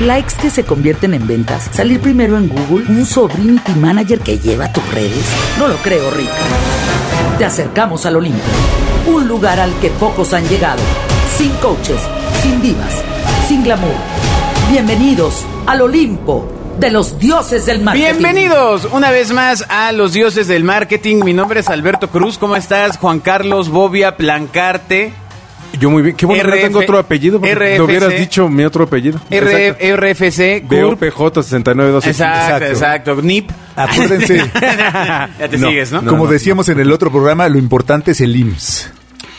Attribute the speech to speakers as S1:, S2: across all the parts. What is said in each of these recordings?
S1: likes que se convierten en ventas, salir primero en Google, un sobrinity manager que lleva tus redes. No lo creo, Rick. Te acercamos al Olimpo, un lugar al que pocos han llegado, sin coaches, sin divas, sin glamour. Bienvenidos al Olimpo de los dioses del marketing.
S2: Bienvenidos una vez más a los dioses del marketing. Mi nombre es Alberto Cruz. ¿Cómo estás, Juan Carlos Bobia Plancarte?
S3: Yo muy bien. Qué bueno que
S2: RF,
S3: no tengo otro apellido porque
S2: RFC.
S3: te hubieras dicho mi otro apellido.
S2: R RFC, CURP.
S3: BOPJ 692.
S2: Exacto, exacto. NIP.
S4: Acuérdense.
S2: ya te
S3: No,
S2: sigues, ¿no?
S3: no.
S4: Como decíamos en el otro programa, lo importante es el IMSS.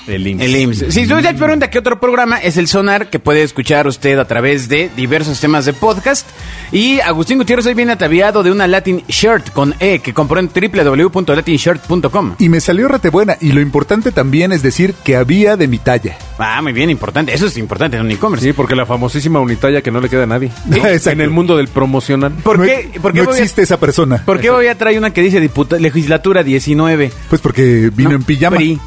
S3: El IMSS.
S2: El IMSS. Si usted pregunta qué otro programa es el Sonar que puede escuchar usted a través de diversos temas de podcast. Y Agustín Gutiérrez hoy viene ataviado de una Latin Shirt con E que compró en www.latinshirt.com.
S4: Y me salió rete buena. Y lo importante también es decir que había de mi talla.
S2: Ah, muy bien, importante. Eso es importante en un e-commerce.
S3: Sí, porque la famosísima unitalla que no le queda a nadie.
S4: Exacto.
S3: En el mundo del promocional.
S2: ¿Por
S4: no
S2: qué?
S4: e-
S2: ¿Por qué
S4: no
S2: voy a-
S4: existe esa persona.
S2: ¿Por qué voy a traer una que dice diputa- legislatura 19?
S4: Pues porque vino
S2: No,
S4: en pijama.
S2: PRI.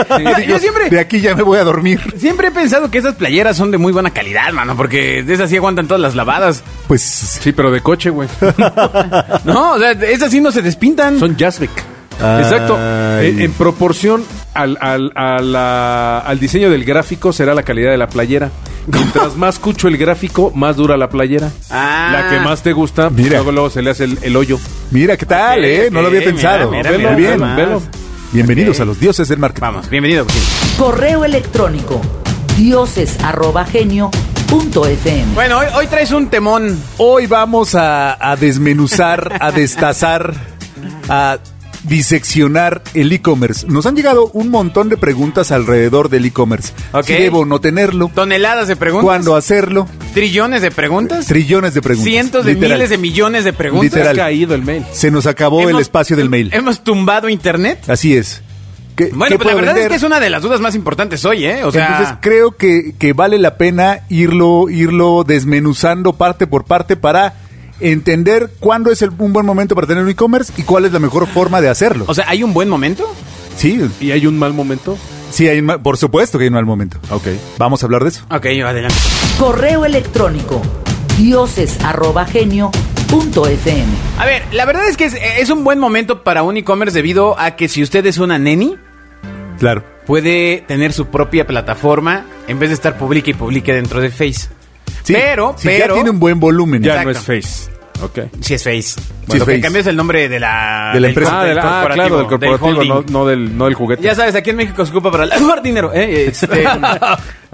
S2: Yo- yo siempre,
S4: De aquí ya me voy a dormir.
S2: siempre he pensado que esas playeras son de muy buena calidad, mano, porque de esas sí aguantan todas las lavadas.
S4: Pues
S3: Sí, pero de coche, güey.
S2: No, o sea, esas sí no se despintan.
S3: Son Jazzbeck. Exacto.
S4: Ay.
S3: En, en proporción al, al- a la- al diseño del gráfico será la calidad de la playera. Mientras más cucho el gráfico, más dura la playera.
S2: Ah.
S3: La que más te gusta, pues,
S4: Mira.
S3: luego, luego se le hace el, el hoyo.
S4: mira qué tal,
S2: Ok,
S4: ¿eh? No lo había
S2: ok,
S4: pensado.
S2: mira,
S4: Muy
S2: mira,
S4: bien.
S2: mira.
S3: velo.
S4: Bienvenidos
S2: Ok.
S4: a los dioses del marketing.
S2: Vamos, bienvenido. Agustín.
S1: Correo electrónico dioses@genio.fm.
S2: Bueno, hoy, hoy traes un temón.
S4: Hoy vamos a, a desmenuzar, a destazar, a diseccionar el e-commerce. Nos han llegado un montón de preguntas alrededor del e-commerce.
S2: Ok.
S4: Si debo o no tenerlo,
S2: Toneladas de preguntas.
S4: cuándo hacerlo,
S2: Trillones de preguntas.
S4: trillones de preguntas.
S2: Pues, Cientos de
S4: Literal.
S2: miles de millones de preguntas.
S3: Te has
S4: Literal.
S3: caído el mail.
S4: Se nos acabó el
S2: Hemos-
S4: espacio del mail.
S2: Hemos tumbado internet.
S4: Así es. ¿Qué-
S2: Bueno,
S4: qué
S2: pues la
S4: puedo
S2: verdad es
S4: vender?
S2: que es una de las dudas más importantes hoy, ¿eh? O sea,
S4: Entonces creo que, que vale la pena irlo, irlo desmenuzando parte por parte para entender cuándo es el- un buen momento para tener un e-commerce y cuál es la mejor forma de hacerlo.
S2: o sea, ¿hay un buen momento?
S4: sí,
S3: ¿Y hay un mal momento?
S4: sí, hay un mal- por supuesto que hay un mal momento.
S3: Ok.
S4: Vamos a hablar de eso.
S2: Ok, adelante.
S1: Correo electrónico dioses@genio.fm.
S2: A ver, la verdad es que es, es un buen momento para un e-commerce debido a que si usted es una neni,
S4: Claro.
S2: puede tener su propia plataforma en vez de estar publique y publique dentro de Face.
S4: Sí,
S2: pero,
S4: si
S2: pero...
S4: ya tiene un buen volumen.
S3: Ya
S2: Exacto.
S3: no es Face. Ok.
S2: Si es Face. Bueno,
S4: es
S2: que
S4: Face.
S2: cambias el nombre de la...
S4: De la
S2: del
S4: empresa.
S2: cor-
S3: Ah, del,
S2: del
S3: ah, claro, del corporativo,
S2: holding.
S3: no, no del, no del juguete.
S2: Ya sabes, aquí en México se ocupa para lavar dinero, ¿eh? Este,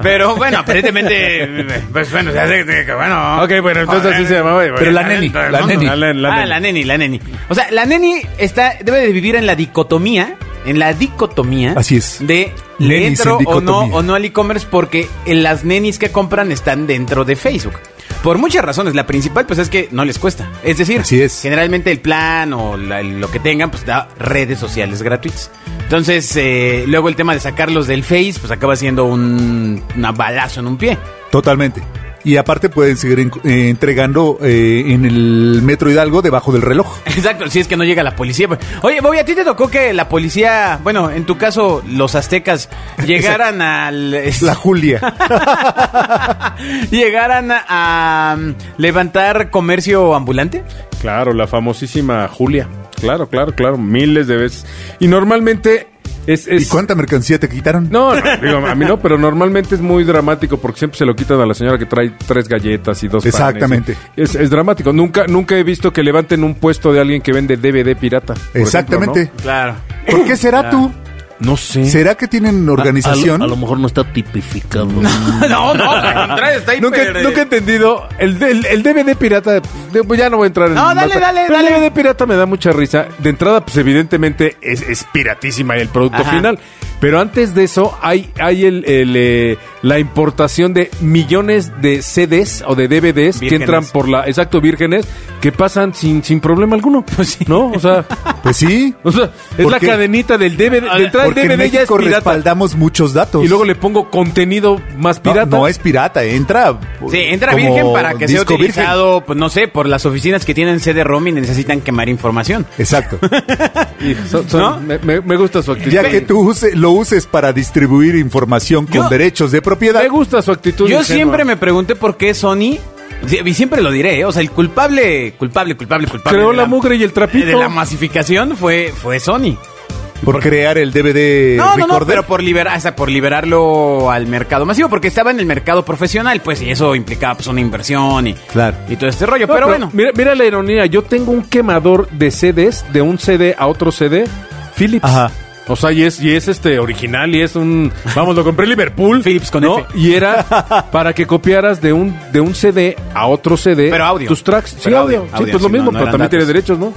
S2: pero bueno, aparentemente, pues bueno, se hace que, bueno.
S3: Ok, bueno, entonces así se llamaba, y bueno,
S4: Pero la neni, la
S2: la
S4: neni.
S3: La neni, la
S2: ah,
S3: neni.
S2: la neni, la neni. O sea, la neni está, debe de vivir en la dicotomía, en la dicotomía.
S4: Así es.
S2: De le
S4: Nenis en
S2: entro o no,
S4: dicotomía.
S2: o no al e-commerce porque en las nenis que compran están dentro de Facebook. Por muchas razones, la principal pues es que no les cuesta. Es decir,
S4: Así es.
S2: generalmente el plan o la- lo que tengan pues da redes sociales gratuitas. Entonces, eh, luego el tema de sacarlos del Face pues acaba siendo un una balazo en un pie.
S4: Totalmente. Y aparte pueden seguir en- eh, entregando eh, en el Metro Hidalgo debajo del reloj.
S2: Exacto, si es que no llega la policía. Oye, Bobby, a ti te tocó que la policía, bueno, en tu caso, los aztecas, llegaran al...
S4: La Julia.
S2: llegaran a, a, um, levantar comercio ambulante.
S3: Claro, la famosísima Julia. Claro, claro, claro, miles de veces. Y normalmente es... es-
S4: ¿Y cuánta mercancía te quitaron?
S3: No, no, digo, a mí no, pero normalmente es muy dramático porque siempre se lo quitan a la señora que trae tres galletas y dos panes.
S4: Exactamente.
S3: Es, es dramático. Nunca, nunca he visto que levanten un puesto de alguien que vende DVD pirata. por ejemplo,
S4: Exactamente.
S2: Claro.
S4: ¿Por qué será tú?
S3: ¿no? No sé.
S4: ¿Será que tienen organización?
S5: A, lo mejor no está tipificado.
S2: No, no, al contrario, está
S3: Nunca,
S2: hiper- eh.
S3: nunca he entendido. El, el- el DVD pirata. de- de- pues, ya no voy a entrar en.
S2: No, dale,
S3: más-
S2: dale,
S3: pero
S2: dale.
S3: El DVD pirata me da mucha risa. De entrada, pues evidentemente es, es piratísima el producto
S2: Ajá.
S3: final. Pero antes de eso, hay, hay el, el, eh, la importación de millones de CDs o de DVDs que
S2: Vírgenes.
S3: entran por la. Exacto, vírgenes, que pasan sin, sin problema alguno. Pues sí. ¿No? O sea.
S4: Pues sí.
S3: o sea, es
S4: ¿Por
S3: la
S4: qué?
S3: cadenita del DVD. De entrada, el
S4: Porque
S3: DVD
S4: en
S3: ya es
S4: México
S3: pirata.
S4: respaldamos muchos datos.
S3: Y luego le pongo contenido más pirata.
S4: No, no es pirata, entra.
S2: Sí, entra
S4: como
S2: virgen para que sea
S4: disco virgen.
S2: utilizado, pues no sé, por las oficinas que tienen sede roaming necesitan quemar información.
S4: Exacto.
S3: Y son- son-
S2: ¿No?
S3: me, me- me gusta su actitud.
S4: Ya que tú use- lo uses para distribuir información con
S2: Yo-
S4: derechos de propiedad.
S3: Me gusta su actitud.
S2: Yo
S3: ingenua.
S2: siempre me pregunté por qué Sony Sí, Y siempre lo diré, ¿eh? o sea, el culpable, culpable, culpable, culpable.
S3: Creó
S2: de
S3: la mugre y el trapito.
S2: De la masificación fue, fue Sony.
S4: Por crear el
S3: Eh,
S4: DVD
S2: No, no, no,
S4: recorder.
S2: pero por, liberar, hasta por liberarlo al mercado masivo, porque estaba en el mercado profesional, pues, y eso implicaba pues, una inversión y,
S4: Claro.
S2: y todo este rollo.
S3: No,
S2: pero, bueno,
S3: Mira, mira la ironía. Yo tengo un quemador de CDs, de un CD a otro CD, Philips.
S4: Ajá.
S3: O sea, y es, y es este original y es un. Vamos, lo compré en Liverpool.
S2: Philips con
S3: ¿no?
S2: F.
S3: Y era para que copiaras de un, de un CD a otro CD.
S2: Pero audio.
S3: Tus tracks. Sí,
S2: Pero
S3: audio.
S2: audio,
S3: Sí,
S2: audio,
S3: pues lo
S2: sí,
S3: mismo,
S2: no, no
S3: pero
S2: eran
S3: también tienes
S2: datos.
S3: derechos, ¿no?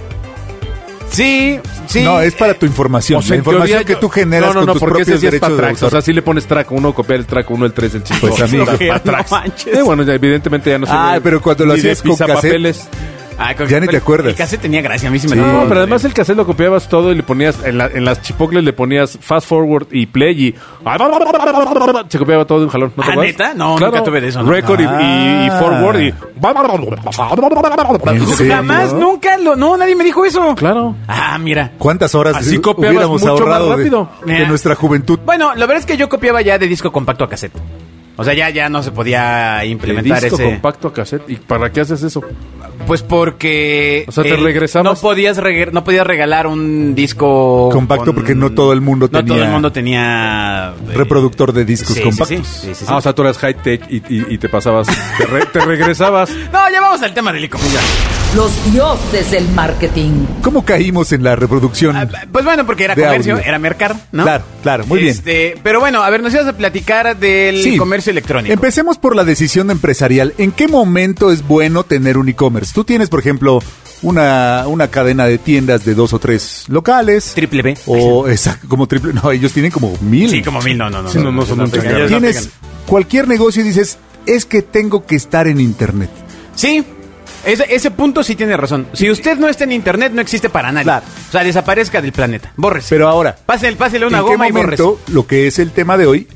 S2: sí, sí.
S4: No, es para tu información.
S3: O sea,
S4: la
S3: en teoría
S4: información que
S3: yo-
S4: tú generas
S3: No, no,
S4: con
S3: no,
S4: tus
S3: porque ese
S4: propios
S3: sí es
S4: derechos
S3: para
S4: de
S3: tracks. O
S4: autor.
S3: sea, sí le pones track uno, copia el track uno, el tres, el cinco.
S4: Pues,
S3: Sí,
S4: amigo.
S3: para
S2: No
S3: tracks.
S2: manches.
S3: Eh, bueno, ya evidentemente ya no
S4: Ah,
S3: sirve
S4: pero cuando lo
S3: ni de
S4: hacías con
S3: pisapapeles.
S2: Ay, Ah, con-
S4: Ya ni te
S2: pero
S4: acuerdas.
S2: El cassette tenía gracia, a mí sí me
S4: Sí.
S2: daba
S3: No,
S2: mucho
S3: pero
S2: de-
S3: además el cassette lo copiabas todo y le ponías, en, la- en las chipocles le ponías fast forward y play y... Se copiaba todo de un jalón. ¿no te
S2: Ah,
S3: acuerdas?
S2: ¿neta? No, nunca tuve de eso, no.
S3: Record y- y, y
S4: Ah.
S3: forward y...
S4: ¿En serio?
S2: Jamás, nunca lo. No, nadie me dijo eso.
S3: Claro.
S2: Ah, mira.
S4: ¿Cuántas horas
S3: Así
S4: hu-
S3: copiabas
S4: hubiéramos
S3: mucho más
S4: ahorrado de,
S3: rápido.
S4: de
S2: Mira.
S4: nuestra juventud?
S2: Bueno, la verdad es que yo copiaba ya de disco compacto a cassette. O sea, ya, ya no se podía
S3: El
S2: implementar
S3: disco
S2: ese.
S3: compacto a cassette. ¿Y para qué haces eso?
S2: Pues porque.
S3: O sea, te regresabas.
S2: No podías, reg- no podías regalar un disco.
S4: Compacto porque no todo el mundo
S2: No todo
S4: tenía-
S2: el mundo tenía. eh,
S4: Reproductor de discos
S2: sí, sí,
S4: compactos.
S2: sí, sí, sí, sí.
S3: Ah, o sea, tú eras high tech y, y- y te pasabas... Te, re- te regresabas.
S2: No, ya vamos al tema del e-commerce.
S1: Los dioses del marketing.
S4: ¿Cómo caímos en la reproducción?
S2: Ah, Pues bueno, porque era
S4: Mm. De
S2: comercio,
S4: audio.
S2: era mercar, ¿no?
S4: Claro, claro, muy bien.
S2: bien. Pero bueno, a ver, nos ibas a platicar del
S4: Sí.
S2: comercio electrónico.
S4: Empecemos por la decisión empresarial. ¿En qué momento es bueno tener un e-commerce? Tú tienes, por ejemplo, una, una cadena de tiendas de dos o tres locales.
S2: Triple B.
S4: O exacto, como triple. No, ellos tienen como mil.
S2: Sí, como mil, no, no, no.
S3: Sí, no, no son un
S2: pegan,
S3: pequeño.
S2: ellos no
S4: Tienes cualquier negocio y dices, es que tengo que estar en internet.
S2: pegan. Sí. Ese, ese punto sí tiene razón. Si usted no está en internet, no existe para nadie.
S4: Claro.
S2: O sea, desaparezca del planeta. Bórrese.
S4: Pero ahora,
S2: Pásele, pásele una
S4: ¿en
S2: goma
S4: qué
S2: y bórrese.
S4: momento, lo que es el tema de hoy,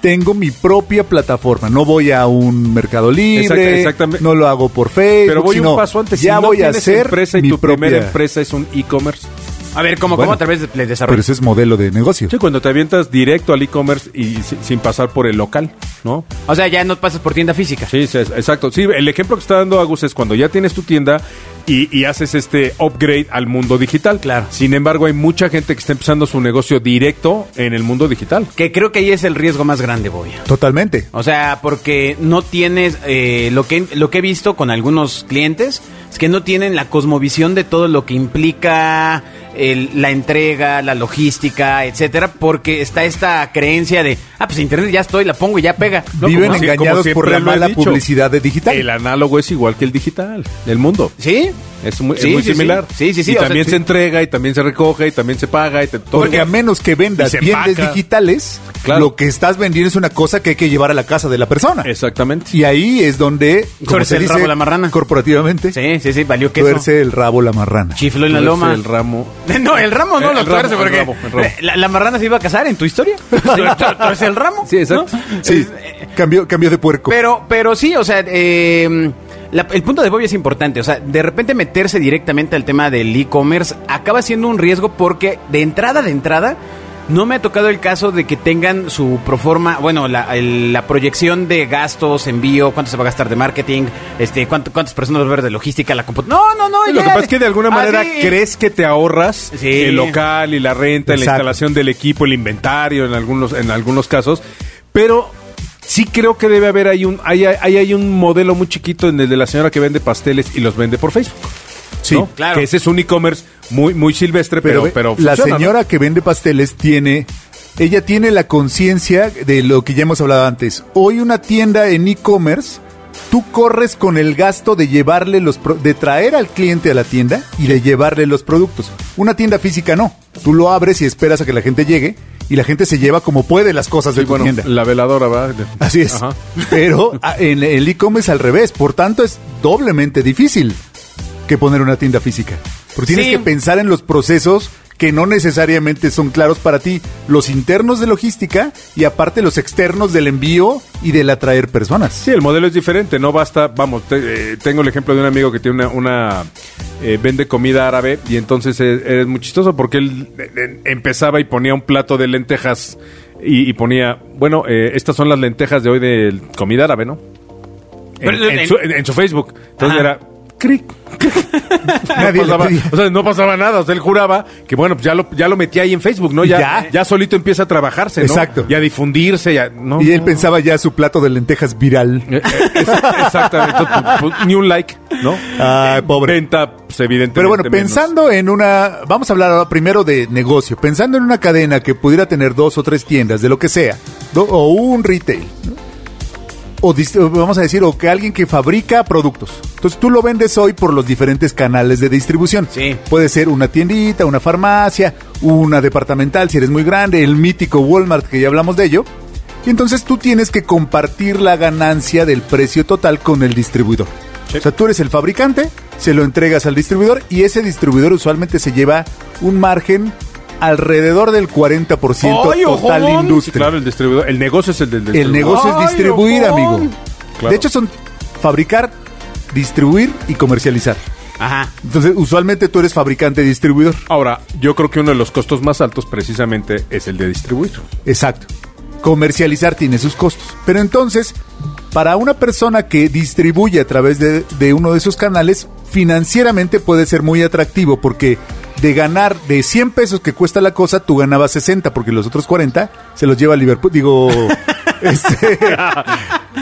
S4: tengo mi propia plataforma? No voy a un mercado libre,
S3: Exacta- exactamente.
S4: no lo hago por Facebook.
S3: Pero voy
S4: sino
S3: un paso antes.
S4: Ya
S3: si no
S4: voy a
S3: tienes
S4: hacer
S3: empresa y
S4: mi
S3: tu primera
S4: propia-
S3: empresa es un e-commerce.
S2: A ver, ¿cómo,
S4: Bueno,
S2: cómo a través de- de
S4: Pero
S2: desarrollo?
S4: ese es modelo de negocio.
S3: Sí, cuando te avientas directo al e-commerce y si- sin pasar por el local, ¿no?
S2: O sea, ya no pasas por tienda física.
S3: Sí, sí, es- exacto. Sí, el ejemplo que está dando Agus es cuando ya tienes tu tienda y, y haces este upgrade al mundo digital.
S2: Claro.
S3: Sin embargo, hay mucha gente que está empezando su negocio directo en el mundo digital.
S2: Que creo que ahí es el riesgo más grande, Bobia.
S4: Totalmente.
S2: O sea, porque no tienes eh, lo que lo que he visto con algunos clientes es que no tienen la cosmovisión de todo lo que implica el- la entrega, la logística, etcétera, porque está esta creencia de ah pues internet ya estoy, la pongo y ya pega. No,
S4: Viven
S2: como-
S3: si-
S4: engañados
S3: como
S4: por la
S3: siempre lo he
S4: mala
S3: dicho.
S4: publicidad de digital.
S3: El análogo es igual que el digital, el mundo.
S2: sí,
S3: Es muy, es
S2: Sí,
S3: muy
S2: sí, sí.
S3: similar.
S2: Sí, sí, sí,
S3: Y
S2: o sea,
S3: también
S2: sí.
S3: se entrega y también se recoge y también se paga y te, todo.
S4: Porque a menos que vendas
S3: Y se
S4: bienes
S3: empaca.
S4: digitales,
S3: Claro.
S4: lo que estás vendiendo es una cosa que hay que llevar a la casa de la persona.
S3: Exactamente.
S4: Y ahí es donde, como
S2: Tuerce
S4: se
S2: el
S4: dice
S2: rabo la marrana.
S4: corporativamente,
S2: sí, sí, sí, valió queso.
S4: tuerce el rabo la marrana.
S2: Chiflo en la
S3: Tuerce
S2: loma.
S3: El ramo.
S2: no, el ramo no
S3: El
S2: lo
S3: ramo,
S2: tuerce
S3: el
S2: porque
S3: ramo, el ramo.
S2: La, la marrana se iba a casar en tu historia. tuerce el ramo.
S3: Sí, exacto.
S2: ¿no?
S4: Sí,
S2: Es-
S3: eh,
S4: cambió, cambió de puerco.
S2: Pero, pero sí, o sea, eh, la- el punto de Bobby es importante. O sea, de repente meterse directamente al tema del e-commerce acaba siendo un riesgo porque de entrada, de entrada, no me ha tocado el caso de que tengan su proforma, bueno, la, el- la proyección de gastos, envío, cuánto se va a gastar de marketing, este, cuánto- cuántas personas va a haber de logística, la comput- No, no, no.
S3: Sí, lo
S2: ya- Ah,
S3: que pasa es que de alguna manera
S2: así-
S3: crees que te ahorras
S2: Sí.
S3: el local y la renta, y la
S4: Exacto.
S3: instalación del equipo, el inventario en algunos, en algunos casos, pero sí creo que debe haber ahí un, hay, hay, hay un modelo muy chiquito en el de la señora que vende pasteles y los vende por Facebook.
S4: sí,
S3: ¿no?
S2: claro.
S3: Que ese es un e-commerce muy, muy silvestre,
S4: pero,
S3: pero,
S4: ve-
S3: pero,
S4: la
S3: funciona, ¿no?
S4: señora que vende pasteles tiene, ella tiene la conciencia de lo que ya hemos hablado antes. Hoy una tienda en e-commerce, tú corres con el gasto de llevarle los, pro- de traer al cliente a la tienda y de llevarle los productos. Una tienda física no. Tú lo abres y esperas a que la gente llegue y la gente se lleva como puede las cosas
S3: Sí,
S4: de tu
S3: bueno,
S4: tienda.
S3: la veladora, ¿verdad?
S4: Así es.
S3: Ajá.
S4: Pero a- en el e-commerce al revés, por tanto es doblemente difícil que poner una tienda física. Porque tienes
S2: Sí.
S4: que pensar en los procesos que no necesariamente son claros para ti, los internos de logística y aparte los externos del envío y del atraer personas.
S3: Sí, el modelo es diferente, no basta, vamos, te- eh, tengo el ejemplo de un amigo que tiene una, una, eh, vende comida árabe y entonces es, es muy chistoso porque él eh, eh, empezaba y ponía un plato de lentejas y, y ponía, bueno, eh, estas son las lentejas de hoy de comida árabe, ¿no? en,
S2: Pero-
S3: en su, en- en su Facebook. Entonces
S2: Ajá.
S3: era... Cric,
S4: Nadie
S3: no
S4: le
S3: pasaba,
S4: pedía.
S3: o sea, no pasaba nada. O sea, él juraba que, bueno, pues ya lo, ya lo metía ahí en Facebook, ¿no? Ya,
S4: Ya.
S3: ya. solito empieza a trabajarse, ¿no?
S4: Exacto.
S3: Y a difundirse. Y, a- no,
S4: Y él
S3: no.
S4: pensaba ya su plato de lentejas viral.
S3: Eh, eh, es- Exactamente. Entonces, pues, Ni un like, ¿no?
S4: Ay, pobre.
S3: Venta, pues, evidentemente.
S4: Pero bueno,
S3: menos.
S4: pensando en una, vamos a hablar ahora primero de negocio, pensando en una cadena que pudiera tener dos o tres tiendas, de lo que sea, do- o un retail, ¿no? o dis- o vamos a decir, o que alguien que fabrica productos. Entonces tú lo vendes hoy por los diferentes canales de distribución.
S2: Sí.
S4: Puede ser una tiendita, una farmacia, una departamental, si eres muy grande, el mítico Walmart, que ya hablamos de ello. Y entonces tú tienes que compartir la ganancia del precio total con el distribuidor. O sea, tú eres el fabricante, se lo entregas al distribuidor y ese distribuidor usualmente se lleva un margen alrededor del 40%
S3: ¡Ay,
S4: total
S3: ojón!
S4: industria.
S3: Sí, claro, el distribuidor. El negocio es el del
S4: El
S3: distribuidor.
S4: negocio
S2: ¡Ay,
S4: es distribuir,
S2: ojón!
S4: amigo.
S3: Claro.
S4: De hecho, son fabricar, distribuir y comercializar.
S2: Ajá.
S4: Entonces, usualmente tú eres fabricante distribuidor.
S3: Ahora, yo creo que uno de los costos más altos precisamente es el de distribuir.
S4: Exacto. Comercializar tiene sus costos. Pero entonces, para una persona que distribuye a través de, de uno de esos canales, financieramente puede ser muy atractivo porque de ganar de 100 pesos que cuesta la cosa, tú ganabas 60 porque los otros 40 se los lleva Liverpool. Digo, este,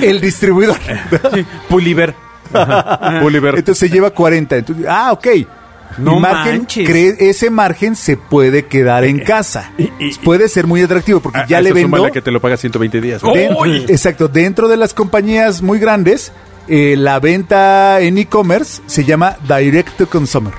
S4: el distribuidor.
S3: Puliver. Puliver.
S4: Ah, Entonces se lleva 40. Entonces, ah, ok.
S2: No
S4: Mi margen,
S2: manches.
S4: cree- ese margen se puede quedar en casa. puede ser muy atractivo porque
S2: Ah,
S3: ah,
S4: ya le vendo.
S3: que te lo paga 120 días. ¿no?
S4: Den-
S2: ¡Uy!
S4: exacto, dentro de las compañías muy grandes, eh, la venta en e-commerce se llama direct to consumer,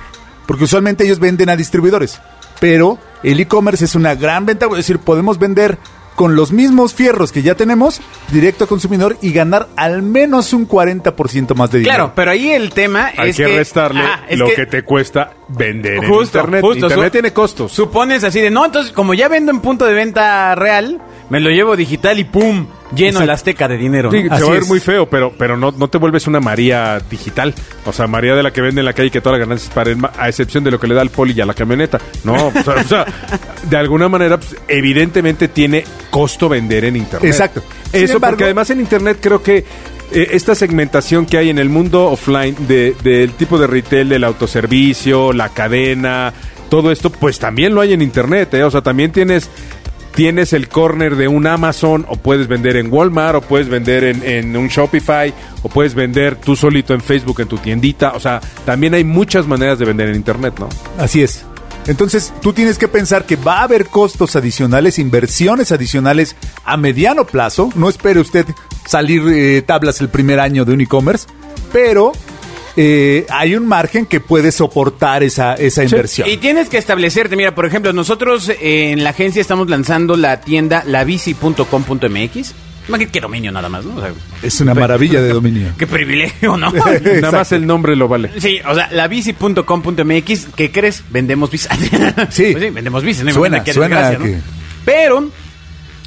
S4: porque usualmente ellos venden a distribuidores, pero el e-commerce es una gran venta, es decir, podemos vender con los mismos fierros que ya tenemos directo a consumidor y ganar al menos un 40% más de dinero.
S2: Claro, pero ahí el tema
S3: Hay
S2: es
S3: que, restarle
S2: Ah, es
S3: lo que... te cuesta vender en
S2: Justo,
S3: internet.
S2: justo,
S3: internet
S2: su-
S3: tiene costos.
S2: Supones así de, no, entonces como ya vendo en punto de venta real, me lo llevo digital y pum, lleno el azteca de dinero.
S3: Sí,
S2: ¿no?
S3: se
S4: Así
S3: va a ver
S4: es.
S3: muy feo, pero, pero no, no te vuelves una María digital. O sea, María de la que vende en la calle que toda la ganancia es para él, a excepción de lo que le da al poli y a la camioneta. No, o sea, o sea, de alguna manera, pues, evidentemente tiene costo vender en Internet.
S4: Exacto. Sin
S3: Eso
S4: embargo-
S3: porque además en Internet creo que eh, esta segmentación que hay en el mundo offline de- del tipo de retail, del autoservicio, la cadena, todo esto, pues también lo hay en Internet. ¿eh? O sea, también tienes tienes el corner de un Amazon o puedes vender en Walmart o puedes vender en, en un Shopify o puedes vender tú solito en Facebook en tu tiendita. O sea, también hay muchas maneras de vender en Internet, ¿no?
S4: Así es. Entonces, tú tienes que pensar que va a haber costos adicionales, inversiones adicionales a mediano plazo. No espere usted salir eh, tablas el primer año de un e-commerce, pero eh, hay un margen que puede soportar esa, esa inversión.
S2: Y tienes que establecerte, mira, por ejemplo, nosotros eh, en la agencia estamos lanzando la tienda labici.com.mx. Imagínate qué dominio nada más, ¿no? O sea,
S4: Es una maravilla de dominio.
S2: qué privilegio, ¿no?
S3: Nada más el nombre lo vale.
S2: Sí, o sea, labici.com.mx, ¿qué crees? Vendemos bis.
S4: Sí.
S2: Pues sí, vendemos bis. No
S4: Suena,
S2: Imagínate qué
S4: suena
S2: desgracia, ¿no?
S4: que-
S2: Pero,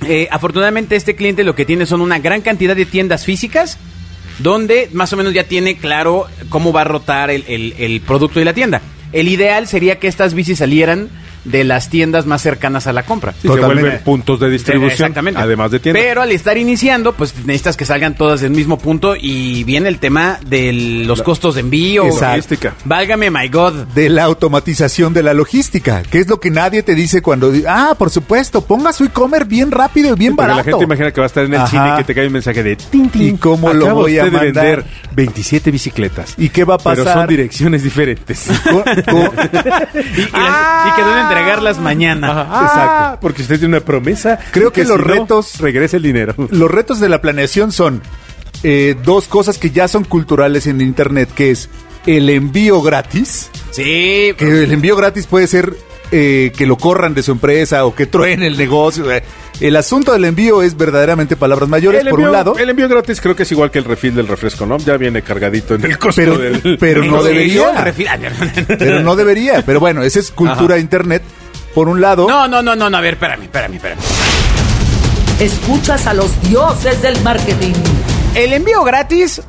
S2: eh, afortunadamente, este cliente lo que tiene son una gran cantidad de tiendas físicas donde más o menos ya tiene claro cómo va a rotar el, el- el producto de la tienda. El ideal sería que estas bicis salieran de las tiendas más cercanas a la compra.
S3: Sí, se
S4: Totalmente.
S3: vuelven puntos de distribución.
S2: Exactamente.
S3: Además de tiendas.
S2: Pero al estar iniciando, pues necesitas que salgan todas del mismo punto y viene el tema de los costos de envío.
S4: Exacto.
S3: Logística.
S2: Válgame, my God.
S4: De la automatización de la logística, que es lo que nadie te dice cuando... di- Ah, por supuesto, ponga su e-commerce bien rápido y bien
S3: Porque
S4: barato.
S3: la gente imagina que va a estar en el
S4: Ajá.
S3: cine y que te cae un mensaje de tin, tin,
S4: ¿Y cómo lo
S3: acaba
S4: voy a
S3: usted de
S4: mandar?
S3: vender 27 bicicletas.
S4: ¿Y qué va a pasar?
S3: Pero son direcciones diferentes.
S4: Co- co-
S2: Y, y las- y que deben entregarlas mañana.
S3: Exacto. Ah, Porque usted tiene una promesa.
S4: Creo
S3: y
S4: que los
S3: no,
S4: retos-
S3: regresa el dinero.
S4: los retos de la planeación son eh, dos cosas que ya son culturales en internet, que es el envío gratis,
S2: Sí. pues,
S4: que el envío gratis puede ser eh, que lo corran de su empresa o que truene el negocio. eh. El asunto del envío es verdaderamente palabras mayores,
S3: el
S4: por
S3: envío,
S4: un lado,
S3: El envío gratis creo que es igual que el refil del refresco, ¿no? Ya viene cargadito en el costo
S4: Pero-
S3: del...
S4: pero no
S2: Sí,
S4: debería.
S2: el refil- Ah,
S4: pero no debería. Pero bueno, esa es cultura de internet, por un lado.
S2: No, no, no, no, no, a ver, espérame, espérame, espérame.
S1: Escuchas a los dioses del marketing.
S2: El envío gratis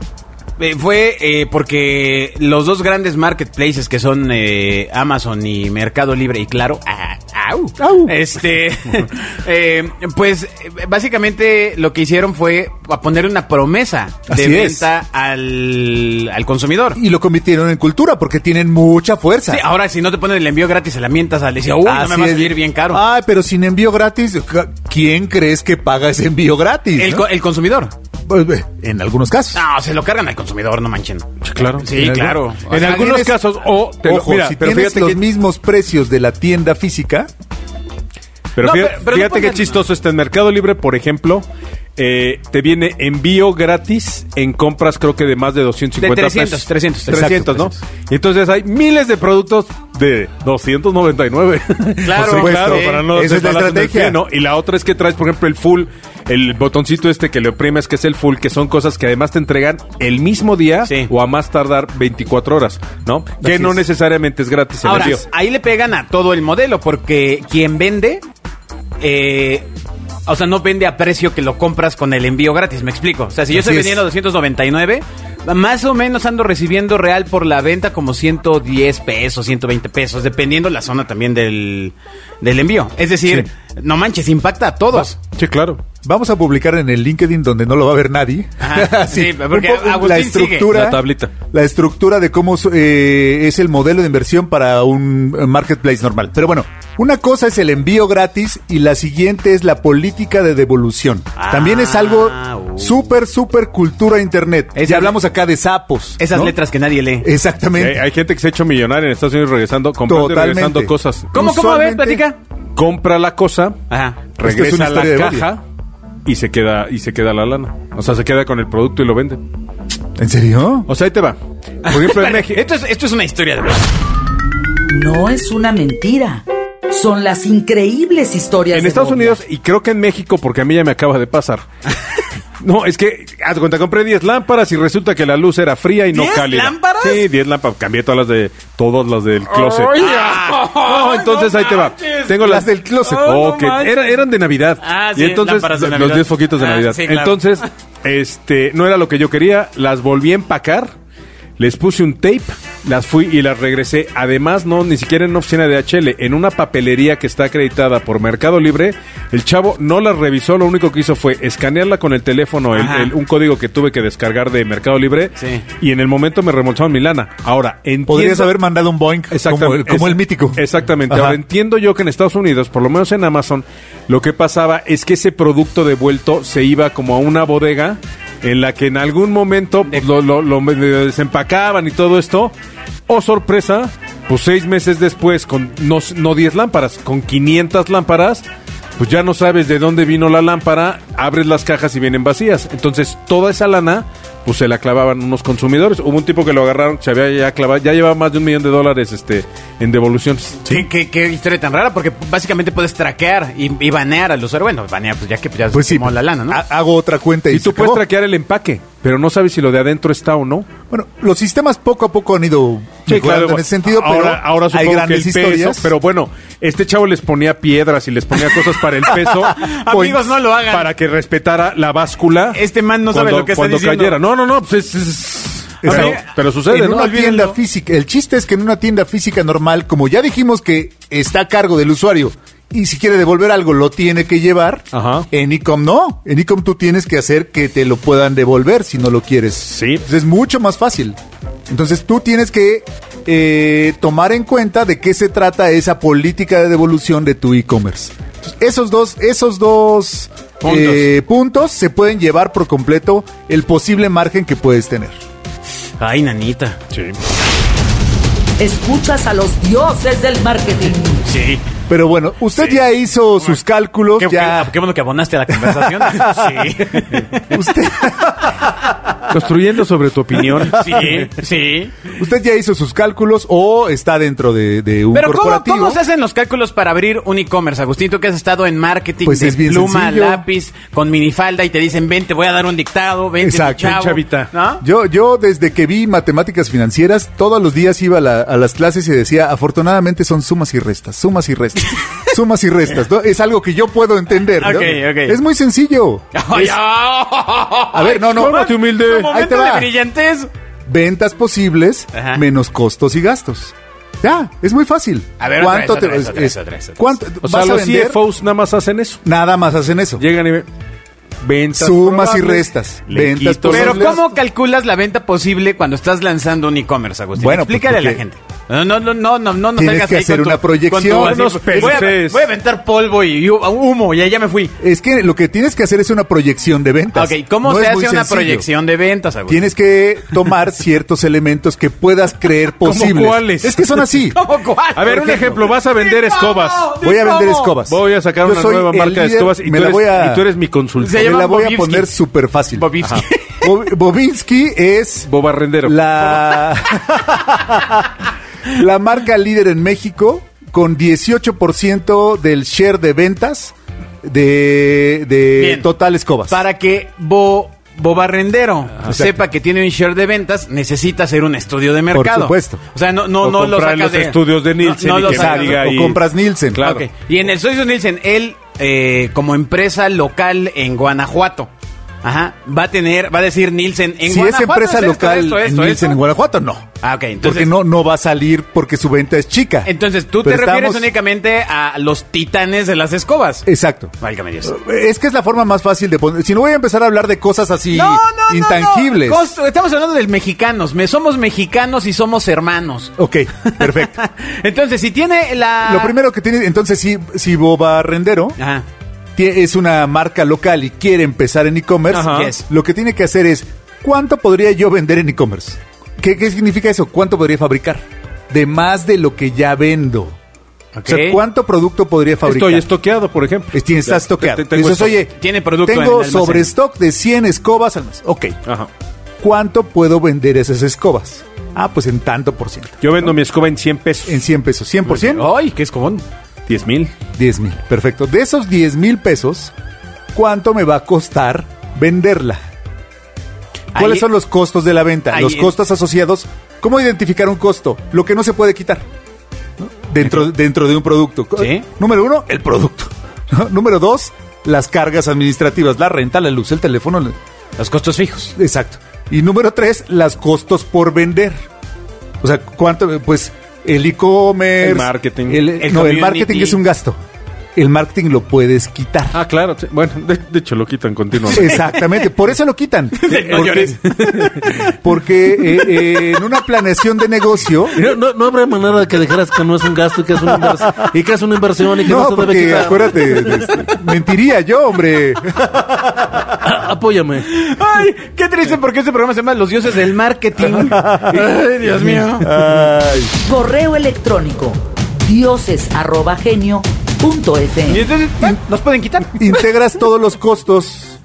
S2: eh, fue eh, porque los dos grandes marketplaces que son eh, Amazon y Mercado Libre y claro, ah, ah, Au.
S4: Au.
S2: Este, eh, pues básicamente lo que hicieron fue a poner una promesa de
S4: Así es.
S2: venta al, al consumidor.
S4: Y lo convirtieron en cultura porque tienen mucha fuerza.
S2: Sí, ahora, si no te ponen el envío gratis, se la mientas al decir, uy, no me
S4: Así
S2: va a
S4: es. Ah,
S2: salir bien caro.
S4: Ay, pero sin envío gratis, ca- ¿quién crees que paga ese envío gratis?
S2: el,
S4: no?
S2: co- el consumidor.
S4: Pues, eh, En algunos casos.
S2: No, se lo cargan al consumidor, no manchen.
S3: Claro.
S2: Sí,
S4: Pues En
S2: claro.
S4: algún-
S2: O
S3: En
S2: sea,
S3: algunos
S4: Pues, tienes-
S3: casos, o te lo-
S4: Ojo,
S3: mira,
S4: si
S3: pero
S4: tienes
S3: fíjate
S4: los
S3: que-
S4: mismos precios de la tienda física,
S3: Pero
S2: No,
S3: fíjate,
S2: pero- pero no
S3: fíjate
S2: pongan-
S3: qué chistoso está en Mercado Libre, por ejemplo. eh, te viene envío gratis en compras, creo que de más de 250
S2: De 300,
S3: pesos.
S2: 300,
S3: 300, ¿no?
S2: exacto,
S3: Y entonces hay miles de productos de 299.
S2: Claro,
S3: Por supuesto,
S2: claro,
S3: para no
S4: esa es la
S3: desbalancear el
S4: estrategia.
S3: pie, ¿no? Y la otra es que traes, por ejemplo, el full, el botoncito este que le oprimes, que es el full, que son cosas que además te entregan el mismo día
S2: Sí.
S3: o a más tardar 24 horas, ¿no? que
S4: Así
S3: no
S4: es.
S3: necesariamente es gratis el
S2: Ahora,
S3: envío.
S2: ahí le pegan a todo el modelo, porque quien vende, eh, o sea, no vende a precio que lo compras con el envío gratis, me explico. O sea, si yo
S4: Así
S2: estoy
S4: es.
S2: vendiendo 299, más o menos ando recibiendo real por la venta como 110 pesos, 120 pesos, dependiendo la zona también del, del envío. Es decir, no manches, impacta a todos.
S3: Sí, claro.
S4: vamos a publicar en el LinkedIn donde no lo va a ver nadie.
S2: Ajá, sí, porque
S4: un poco
S2: Agustín
S4: la
S2: sigue.
S4: estructura,
S3: La tablita.
S4: la estructura de cómo su- eh, es el modelo de inversión para un eh, marketplace normal. Pero bueno, una cosa es el envío gratis y la siguiente es la política de devolución. También es algo
S2: Ah, uh.
S4: súper, súper cultura internet.
S2: Esas-
S4: ya hablamos acá de sapos.
S2: Esas
S4: ¿no?
S2: letras que nadie lee.
S4: Exactamente.
S3: Eh, hay gente que se ha hecho millonaria en Estados Unidos regresando, comprando y
S4: Totalmente.
S3: regresando cosas.
S2: ¿Cómo, cómo? A ver,
S4: usualmente-
S2: platica.
S3: Compra la cosa,
S2: Ajá.
S3: regresa
S4: Esta es una
S3: a
S4: historia
S3: la
S4: de Bolivia.
S3: caja y se queda y se queda la lana. O sea, se queda con el producto y lo vende.
S4: ¿En serio?
S3: O sea, ahí te va. Por ejemplo, en México.
S2: Esto es, esto es una historia de verdad.
S1: No es una mentira. Son las increíbles historias
S3: En
S1: de
S3: Estados
S1: Bobia.
S3: Unidos y creo que en México, porque a mí ya me acaba de pasar. No, es que, haz de cuenta, compré 10 lámparas y resulta que la luz era fría y no
S2: ¿Diez
S3: cálida.
S2: lámparas?
S3: Sí, 10 lámparas. Cambié todas las de, todas las del closet. Ah. No, entonces ahí te va. Tengo
S4: Las del closet.
S3: Oh,
S2: no
S3: que
S2: manches.
S3: era- eran de Navidad.
S2: Ah,
S3: y
S2: sí,
S3: entonces,
S2: lámparas de
S3: los
S2: Navidad.
S3: 10 foquitos de
S2: Ah,
S3: Navidad.
S2: sí, claro.
S3: Entonces, este, no era lo que yo quería. Las volví a empacar. Les puse un tape, las fui y las regresé. Además, no, ni siquiera en una oficina de HL, en una papelería que está acreditada por Mercado Libre, el chavo no las revisó, lo único que hizo fue escanearla con el teléfono, el-
S2: Ajá.
S3: el- un código que tuve que descargar de Mercado Libre,
S2: Sí.
S3: y en el momento me remolcharon mi lana. Ahora, entiendo...
S4: Podrías haber mandado un Boeing
S3: Exactamente.
S4: como, el- como el
S3: Ex-
S4: mítico.
S3: Exactamente.
S4: Ajá.
S3: Ahora entiendo yo que en Estados Unidos, por lo menos en Amazon, lo que pasaba es que ese producto devuelto se iba como a una bodega en la que en algún momento pues, lo, lo- lo medio desempacaban y todo esto. Oh, sorpresa, pues seis meses después, con no s- no 10 lámparas, con 500 lámparas, pues ya no sabes de dónde vino la lámpara, abres las cajas y vienen vacías. Entonces, toda esa lana, pues se la clavaban unos consumidores. Hubo un tipo que lo agarraron, que se había ya clavado, ya llevaba más de un millón de dólares este, en devoluciones.
S2: ¿Qué, qué, qué historia tan rara, porque básicamente puedes traquear y, y banear al usuario. Bueno, banear, pues ya que ya
S4: Pues sí.
S2: quemó la lana, ¿no?
S4: ha- Hago otra cuenta y,
S3: Y tú
S4: se
S3: puedes
S4: acabó.
S3: traquear el empaque, pero no sabes si lo de adentro está o no.
S4: Bueno, los sistemas poco a poco han ido
S3: Sí,
S4: mejorando
S3: claro.
S4: en ese sentido, pero
S3: ahora, ahora
S4: hay
S3: supongo
S4: grandes
S3: que el peso,
S4: historias.
S3: pero bueno, este chavo les ponía piedras y les ponía cosas para el peso.
S2: Amigos, no lo hagan.
S3: Para que respetara la báscula.
S2: Este man no sabe
S3: cuando-
S2: lo que está
S3: cuando
S2: diciendo.
S3: Cayera. No, no, no, pues es- es-
S4: Es-
S3: pero,
S4: pero-
S3: pero sucede,
S4: en
S3: ¿no?
S4: una
S3: Olvídenlo.
S4: tienda física, el chiste es que en una tienda física normal, como ya dijimos que está a cargo del usuario y si quiere devolver algo lo tiene que llevar,
S3: Ajá.
S4: en Ecom no, en Ecom tú tienes que hacer que te lo puedan devolver si no lo quieres.
S3: Sí.
S4: Pues es mucho más fácil. Entonces tú tienes que eh, tomar en cuenta de qué se trata esa política de devolución de tu e-commerce. Entonces, Esos dos, esos dos
S2: Puntos.
S4: eh, puntos se pueden llevar por completo el posible margen que puedes tener.
S2: Ay, nanita.
S3: Sí.
S1: Escuchas a los dioses del marketing.
S2: Sí.
S4: Pero bueno, usted ya hizo sus cálculos,
S2: Qué,
S4: ya.
S2: qué- qué bueno que abonaste a la conversación. sí.
S4: Usted,
S3: Construyendo sobre tu opinión.
S2: Sí, sí.
S4: usted ya hizo sus cálculos o está dentro de, de un
S2: Pero ¿cómo,
S4: corporativo.
S2: ¿cómo se hacen los cálculos para abrir un e-commerce, Agustín? Tú que has estado en marketing
S4: Pues
S2: de
S4: es bien
S2: pluma,
S4: sencillo.
S2: lápiz, con minifalda y te dicen, ven, te voy a dar un dictado, ven,
S4: Exacto,
S2: chavo.
S3: chavita.
S2: ¿No?
S4: Yo, yo desde que vi matemáticas financieras, todos los días iba a, la- a las clases y decía, afortunadamente son sumas y restas, sumas y restas, sumas y restas. ¿no? Es algo que yo puedo entender. ¿no?
S2: Ok, ok.
S4: Es muy sencillo.
S2: Ay,
S4: A ver, no, no.
S3: Cálmate, humilde.
S2: Tu
S4: Ahí te
S2: momento
S4: va.
S2: de brillantez.
S4: Ventas posibles
S2: Ajá.
S4: menos costos y gastos. Ya, es muy fácil.
S2: A ver, otra vez, otra vez, otra vez, otra vez, otra vez.
S4: ¿Cuánto
S3: O sea,
S4: vas a
S3: los
S4: vender?
S3: CFOs nada más hacen eso.
S4: Nada más hacen eso.
S3: Llegan y ven. Ventas
S4: Sumas y
S3: probables,
S4: restas.
S3: le
S4: Ventas
S3: quito
S4: probables.
S2: Pero
S4: Entonces,
S2: ¿cómo calculas la venta posible cuando estás lanzando un e-commerce, Agustín?
S4: Bueno, pues,
S2: Explícale a la
S4: porque
S2: gente. No, no, no, no, no, no nos
S4: Tienes
S2: salgas
S4: que
S2: ahí
S4: hacer
S2: con tu-
S4: una
S2: con
S4: proyección,
S2: tu así,
S3: unos
S2: pues, voy, a,
S3: peces.
S2: voy a aventar polvo y hu- humo y ahí ya me fui.
S4: Es que lo que tienes que hacer es una proyección de ventas.
S2: Ok, ¿cómo
S4: No
S2: se
S4: es
S2: hace
S4: muy
S2: una
S4: sencillo.
S2: proyección de ventas, Agustín?
S4: Tienes que tomar ciertos elementos que puedas creer
S3: ¿Cómo
S4: posibles.
S3: cuáles?
S4: Es que son así.
S2: ¿Cómo cuál?
S3: A ver, un ejemplo, vas a vender
S2: Dime cómo,
S3: escobas.
S2: dime
S4: Voy a vender
S2: cómo.
S4: escobas.
S3: Voy a sacar
S4: Yo
S3: una
S4: soy
S3: nueva
S4: el
S3: marca de
S4: líder,
S3: escobas y,
S4: me
S3: tú
S4: la
S3: eres,
S4: voy a-
S3: y tú eres mi consultor.
S2: Se
S4: Me
S2: llama
S4: la voy a
S2: Bobivsky.
S4: poner súper fácil.
S2: Bobivsky.
S4: Bob- Bobinsky es
S3: Bobarrendero.
S4: la... la marca líder en México con 18% del share de ventas de, de
S2: Bien.
S4: total escobas.
S2: Para que Bo, Bobarrendero sepa
S4: exacto.
S2: que tiene un share de ventas, necesita hacer un estudio de mercado.
S4: supuesto.
S2: O sea, no, no,
S3: O
S2: no lo
S3: comprar
S2: sacas
S3: los
S2: de...
S3: estudios de Nielsen y que
S2: lo sacas-
S4: Exacto.
S3: diga ahí.
S4: O compras Nielsen.
S3: Claro.
S2: Ok. Y en el Soy Nielsen, él, eh, como empresa local en Guanajuato, ajá, va a tener, va a decir Nielsen en
S4: si es
S2: Guanajuato.
S4: empresa
S2: esto,
S4: local
S2: esto,
S4: en
S2: esto,
S4: Nielsen
S2: esto.
S4: en Guanajuato, no.
S2: Ah, ok, entonces-
S4: porque no, no va a salir porque su venta es chica.
S2: Entonces, tú
S4: Pero
S2: te refieres
S4: estamos- Eh,
S2: únicamente a los titanes de las escobas.
S4: Exacto.
S2: Válgame Dios.
S4: Es que es la forma más fácil de poner. Si no voy a empezar a hablar de cosas así
S2: No, no, no,
S4: intangibles.
S2: no. Costo- Estamos hablando de mexicanos. Me, somos mexicanos y somos hermanos.
S4: Ok, perfecto.
S2: Entonces, si tiene la.
S4: Lo primero que tiene, entonces, si, si Boba Rendero
S2: Ajá.
S4: tie- es una marca local y quiere empezar en e-commerce,
S2: Ajá. Yes.
S4: lo que tiene que hacer es, ¿cuánto podría yo vender en e-commerce? ¿Qué, qué significa eso? ¿Cuánto podría fabricar? De más de lo que ya vendo.
S2: Ok.
S4: O sea, ¿cuánto producto podría fabricar?
S3: Estoy estoqueado, por ejemplo.
S4: Es- Tienes, estás
S3: Ya,
S4: toqueado.
S3: te- te- tengo
S4: Dices,
S3: esto.
S4: oye,
S2: Tiene producto en el
S4: tengo
S2: almacén.
S4: sobrestock de 100 escobas al mes. Ok,
S3: Ajá.
S4: ¿cuánto puedo vender esas escobas? Ah, pues en tanto por ciento.
S3: Yo vendo mi escoba en 100 pesos.
S4: En 100 pesos. 100 por 100,
S2: Ay, qué escobón.
S3: 10 mil.
S4: 10 mil. Perfecto. De esos 10 mil pesos, ¿cuánto me va a costar venderla? ¿Cuáles
S2: Ahí-
S4: son los costos de la venta?
S2: ahí
S4: los
S2: es-
S4: costos asociados. ¿Cómo identificar un costo? Lo que no se puede quitar ¿no? dentro, dentro de un producto.
S2: Sí.
S4: Número uno, el producto. ¿no? Número dos, las cargas administrativas, la renta, la luz, el teléfono. la-
S2: Los costos fijos.
S4: Exacto. Y número tres, las costos por vender. O sea, cuánto, pues, el e-commerce.
S3: El marketing.
S4: el-
S2: El
S4: no, el
S2: community.
S4: marketing es un gasto. El marketing lo puedes quitar.
S3: Ah, claro. sí. Bueno, de, de hecho lo quitan continuamente.
S4: Exactamente, por eso lo quitan.
S2: No llores.
S4: Porque eh, eh, en una planeación de negocio,
S5: No, no, no habrá manera de que dejaras que no es un gasto y que es una inversión y que es una inversión y que no,
S4: no,
S5: se debe
S4: porque
S5: quitar.
S4: acuérdate, este, mentiría yo, hombre.
S5: Ah, apóyame.
S2: Ay, qué triste porque este programa se llama Los dioses del marketing. Ay, Dios mío.
S1: Correo electrónico dioses.genio.fm.
S2: Y entonces, bueno, nos pueden quitar.
S4: Integras todos los costos,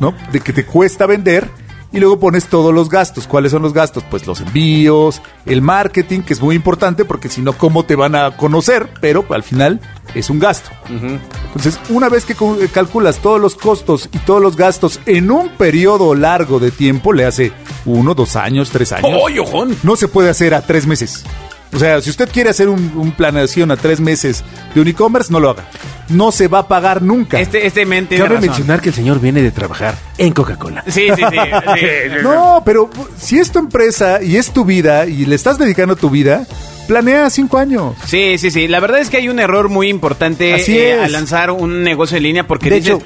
S4: ¿no? De que te cuesta vender y luego pones todos los gastos. ¿Cuáles son los gastos? Pues los envíos, el marketing, que es muy importante porque si no, ¿cómo te van a conocer? Pero al final es un gasto. Entonces, una vez que cu- eh, calculas todos los costos y todos los gastos en un periodo largo de tiempo, le hace uno, dos años, tres años,
S2: ¡Oy, ojón!
S4: no se puede hacer a tres meses. O sea, si usted quiere hacer un, un planeación a tres meses de un e-commerce, no lo haga. No se va a pagar nunca.
S2: Este, este men tiene
S5: Cabe
S2: razón.
S5: mencionar que el señor viene de trabajar en Coca-Cola.
S2: Sí, sí, sí. sí.
S4: No, pero si es tu empresa y es tu vida y le estás dedicando tu vida, planea cinco años.
S2: Sí, sí, sí. La verdad es que hay un error muy importante
S4: Así
S2: eh,
S4: es.
S2: al lanzar un negocio en línea porque
S4: De
S2: dices,
S4: hecho-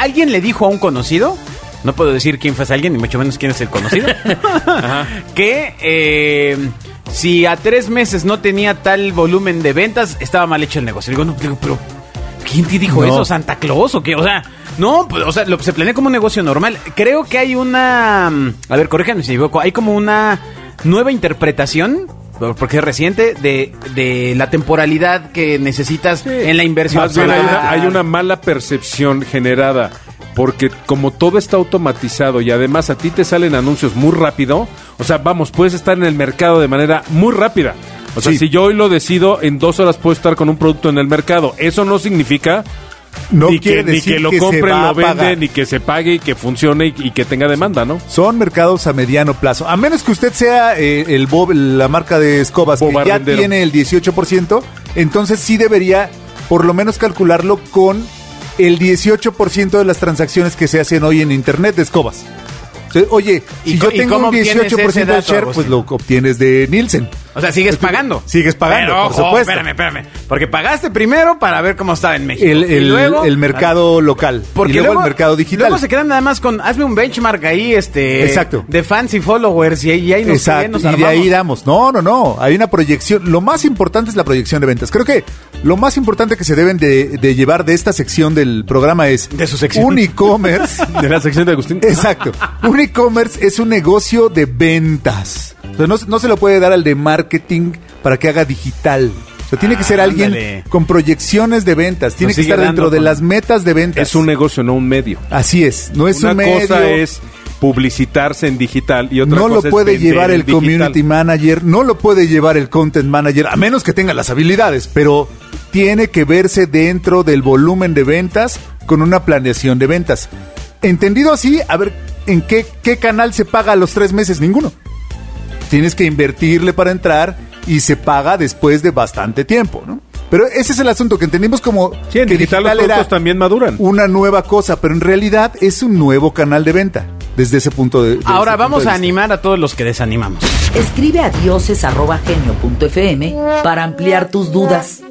S2: alguien le dijo a un conocido, no puedo decir quién fue alguien, ni mucho menos quién es el conocido, que eh, si a tres meses no tenía tal volumen de ventas, estaba mal hecho el negocio. Digo, no, digo, pero ¿quién te dijo
S4: No.
S2: eso? ¿Santa Claus o qué? O sea... No, pues, o sea, lo, se planea como un negocio normal. Creo que hay una... mm, A ver, corríjanme si me equivoco. Hay como una nueva interpretación, porque es reciente, de, de la temporalidad que necesitas en la inversión.
S3: Más bien
S2: para-
S3: hay una, hay una mala percepción generada. Porque como todo está automatizado y además a ti te salen anuncios muy rápido, o sea, vamos, puedes estar en el mercado de manera muy rápida. O sea,
S4: Sí.
S3: si yo hoy lo decido, en dos horas puedo estar con un producto en el mercado. Eso no significa
S4: No
S3: ni, que,
S4: quiere
S3: ni
S4: decir
S3: que lo
S4: se
S3: compren,
S4: va a
S3: lo
S4: pagar.
S3: venden, ni que se pague y que funcione y, y que tenga demanda, ¿no?
S4: Son mercados a mediano plazo. A menos que usted sea eh, el Bob, la marca de escobas que
S3: Boba
S4: ya
S3: Rendero.
S4: tiene el 18%, entonces sí debería por lo menos calcularlo con el 18% de las transacciones que se hacen hoy en internet de escobas. O sea, Oye,
S2: ¿Y
S4: si
S2: co-
S4: yo
S2: y
S4: tengo
S2: cómo
S4: un
S2: obtienes
S4: 18%
S2: ese
S4: de
S2: dato,
S4: share, pues
S2: Agustín?
S4: lo obtienes de Nielsen.
S2: O sea, sigues pagando.
S4: Sigues pagando,
S2: Pero,
S4: por
S2: ojo,
S4: supuesto.
S2: Espérame, espérame. Porque pagaste primero para ver cómo estaba en México.
S4: El,
S2: y
S4: el-
S2: luego, Ah.
S4: el mercado local.
S2: Porque
S4: y luego, el mercado digital.
S2: Luego se quedan nada más con, hazme un benchmark ahí, este.
S4: Exacto.
S2: De fans y followers, y ahí, y ahí nos, ahí
S4: Exacto,
S2: nos
S4: y de ahí
S2: armamos.
S4: damos. No, no, no. Hay una proyección. Lo más importante es la proyección de ventas. Creo que lo más importante que se deben de, de llevar de esta sección del programa es
S2: De su sección.
S4: un e-commerce.
S3: De la sección de Agustín.
S4: Exacto. Un e-commerce es un negocio de ventas. O sea, no, se- no se lo puede dar al de marketing para que haga digital. O sea, tiene que ser alguien
S2: Ándale.
S4: con proyecciones de ventas. Tiene
S2: Nos
S4: que
S2: sigue
S4: estar
S2: dando
S4: dentro de
S2: con- e-
S4: las metas de ventas.
S3: Es un negocio, no un medio.
S4: Así es. No es
S3: Una
S4: un medio.
S3: cosa es publicitarse en digital y otra
S4: no
S3: cosa
S4: lo
S3: es
S4: puede
S3: vender
S4: llevar
S3: en
S4: el
S3: digital.
S4: community manager, no lo puede llevar el content manager, a menos que tenga las habilidades, pero tiene que verse dentro del volumen de ventas con una planeación de ventas. Entendido así, a ver, ¿en qué, qué canal se paga a los tres meses? Ninguno. Tienes que invertirle para entrar y se paga después de bastante tiempo, ¿no? Pero ese es el asunto que entendimos como
S3: Sí, en
S4: que
S3: digital, los
S4: era
S3: productos también maduran.
S4: una nueva cosa, pero en realidad es un nuevo canal de venta desde ese punto de, desde
S2: Ahora
S4: ese punto
S2: vamos
S4: de
S2: a
S4: vista.
S2: animar a todos los que desanimamos.
S1: Escribe a dioses.genio.fm para ampliar tus dudas.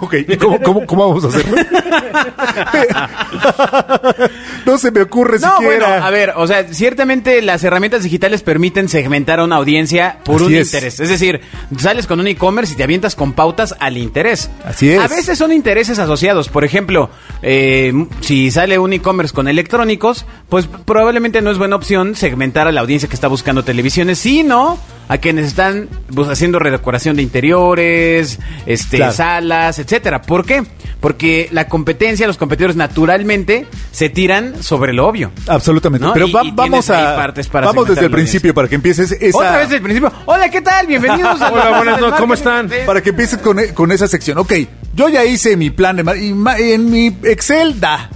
S4: Ok, ¿cómo, cómo, cómo vamos a hacerlo? no se me ocurre
S2: No,
S4: siquiera.
S2: bueno, a ver, o sea, ciertamente las herramientas digitales permiten segmentar a una audiencia por
S4: Así
S2: un
S4: es.
S2: interés. Es decir, sales con un e-commerce y te avientas con pautas al interés.
S4: Así es.
S2: A veces son intereses asociados. Por ejemplo, eh, si sale un e-commerce con electrónicos, pues probablemente no es buena opción segmentar a la audiencia que está buscando televisiones, sino a quienes están pues, haciendo redecoración de interiores, este,
S4: Claro.
S2: salas, etcétera. ¿Por qué? Porque la competencia, los competidores naturalmente se tiran sobre lo obvio.
S3: Ah,
S4: Absolutamente.
S2: ¿No?
S4: Pero
S2: Y-
S4: va-
S2: y tienes
S4: vamos a.
S2: ahí partes para
S4: vamos desde
S2: segmentar la
S4: el
S2: audiencia.
S4: principio para que empieces esa.
S2: Otra vez el principio. Hola, ¿qué tal? Bienvenidos a
S3: Hola,
S2: la
S3: buenas
S2: Casa del
S3: noches, ¿cómo
S2: Marketing.
S3: están?
S2: Sí.
S4: Para que empieces con, e, con esa sección. Ok, yo ya hice mi plan de mar- y ma- en mi Excel da.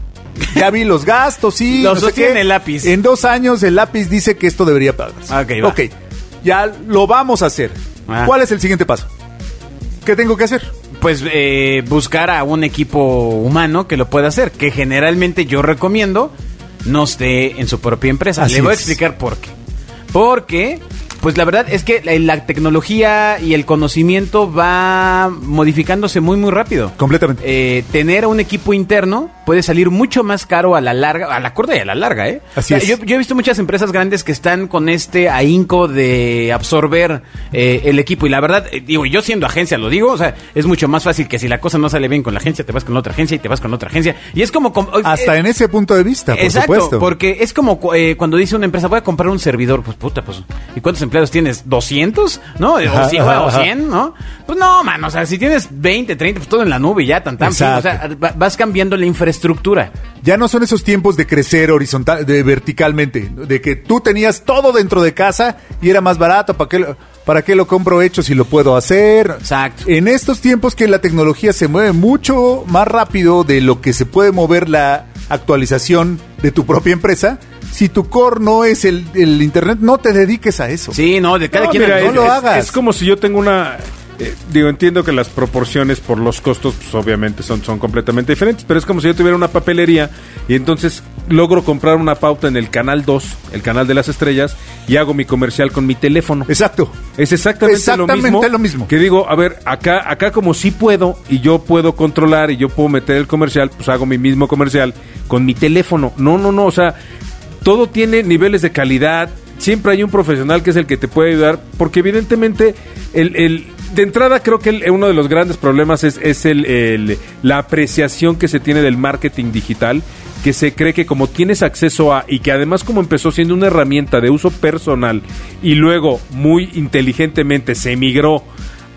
S4: Ya vi los gastos, sí.
S2: Los sostiene el lápiz.
S4: En dos años el lápiz dice que esto debería pagarse.
S2: Ok, va.
S4: Ok, ya lo vamos a hacer.
S2: Ah.
S4: ¿Cuál es el siguiente paso? ¿Qué tengo que hacer?
S2: Pues eh, buscar a un equipo humano que lo pueda hacer, que generalmente yo recomiendo no esté en su propia empresa.
S4: Así
S2: Le voy a
S4: es.
S2: explicar por qué. Porque, pues la verdad es que la, la tecnología y el conocimiento va modificándose muy, muy rápido.
S4: Completamente.
S2: Eh, tener un equipo interno puede salir mucho más caro a la larga, a la corta y a la larga, ¿eh?
S4: Así es.
S2: Yo, yo he visto muchas empresas grandes que están con este ahínco de absorber eh, el equipo. Y la verdad, eh, digo, yo siendo agencia lo digo, o sea, es mucho más fácil que si la cosa no sale bien con la agencia, te vas con la otra agencia y te vas con la otra agencia. Y es como... com-
S4: Hasta
S2: eh,
S4: en ese punto de vista, por
S2: Exacto,
S4: supuesto.
S2: porque es como cu- eh, cuando dice una empresa, voy a comprar un servidor, pues puta, pues, ¿y cuántos empleados tienes? ¿200? ¿No? Eh,
S4: Ajá,
S2: O 100,
S4: ajá,
S2: o
S4: ajá.
S2: 100, ¿no? Pues no, man, o sea, si tienes 20, 30, pues todo en la nube y ya, tan, tan, fin, o sea,
S4: Exacto.
S2: va- vas cambiando la infraestructura.
S4: Ya no son esos tiempos de crecer horizontal, de verticalmente, de que tú tenías todo dentro de casa y era más barato, ¿para qué, lo- para qué lo compro hecho si lo puedo hacer?
S2: Exacto.
S4: En estos tiempos que la tecnología se mueve mucho más rápido de lo que se puede mover la actualización de tu propia empresa, si tu core no es el, el internet, no te dediques a eso.
S2: Sí, no, de cada
S3: No,
S2: quien
S3: mira,
S2: al-
S4: no
S3: es,
S4: lo
S3: es-
S4: hagas.
S3: es como si yo tengo una. eh, digo, entiendo que las proporciones por los costos, pues obviamente son, son completamente diferentes, pero es como si yo tuviera una papelería y entonces logro comprar una pauta en el canal 2, el canal de las estrellas, y hago mi comercial con mi teléfono.
S4: Exacto.
S3: Es exactamente,
S4: Exactamente
S3: lo, mismo
S4: lo mismo.
S3: Que digo, a ver, acá, acá como sí puedo y yo puedo controlar y yo puedo meter el comercial, pues hago mi mismo comercial con mi teléfono. No, no, no, o sea, todo tiene niveles de calidad. Siempre hay un profesional que es el que te puede ayudar, porque evidentemente el, el- de entrada creo que el- uno de los grandes problemas es, es el- el- la apreciación que se tiene del marketing digital, que se cree que como tienes acceso a y que además como empezó siendo una herramienta de uso personal y luego muy inteligentemente se migró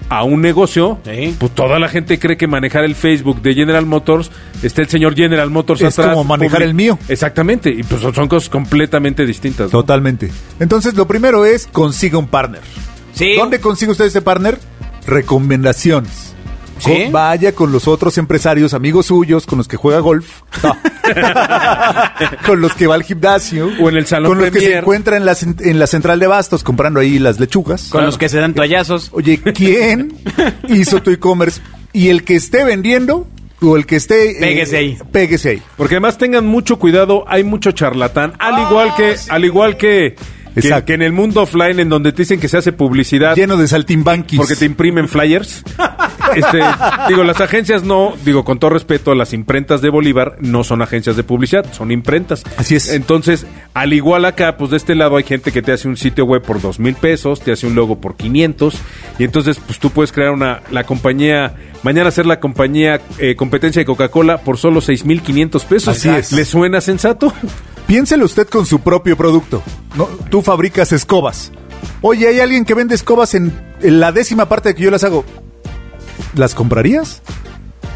S3: a un negocio,
S2: Sí.
S3: pues toda la gente cree que manejar el Facebook de General Motors está el señor General Motors
S4: Es
S3: atrás.
S4: como manejar
S3: public-
S4: el mío.
S3: Exactamente, y pues son- son cosas completamente distintas. ¿no?
S4: Totalmente. Entonces, lo primero es consiga un partner.
S2: Sí.
S4: ¿Dónde consigue usted ese partner? Recomendaciones.
S2: Sí.
S4: Con- vaya con los otros empresarios, amigos suyos, con los que juega golf, No. con los que va al gimnasio,
S3: O en el salón
S4: con los que se
S3: Premier.
S4: encuentra en la, cen- en la central de bastos comprando ahí las lechugas.
S2: Con los que se dan toallazos.
S4: Oye, ¿quién hizo tu e-commerce? Y el que esté vendiendo o el que esté... eh,
S2: Péguese ahí.
S4: Péguese ahí.
S3: Porque además tengan mucho cuidado, hay mucho charlatán, al igual que, al igual que Que,
S4: Exacto.
S3: que en el mundo offline, en donde te dicen que se hace publicidad
S4: Lleno de saltimbanquis.
S3: porque te imprimen flyers, este, digo, las agencias no, digo, con todo respeto, las imprentas de Bolívar no son agencias de publicidad, son imprentas.
S4: Así es.
S3: Entonces, al igual acá, pues de este lado hay gente que te hace un sitio web por dos mil pesos, te hace un logo por 500, y entonces, pues tú puedes crear una, la compañía, mañana hacer la compañía eh, competencia de Coca-Cola por solo seis mil 500 pesos.
S4: Así es.
S3: ¿Le suena sensato?
S4: Piénselo usted con su propio producto. No, tú fabricas escobas. Oye, hay alguien que vende escobas en, en la décima parte de que yo las hago. ¿Las comprarías?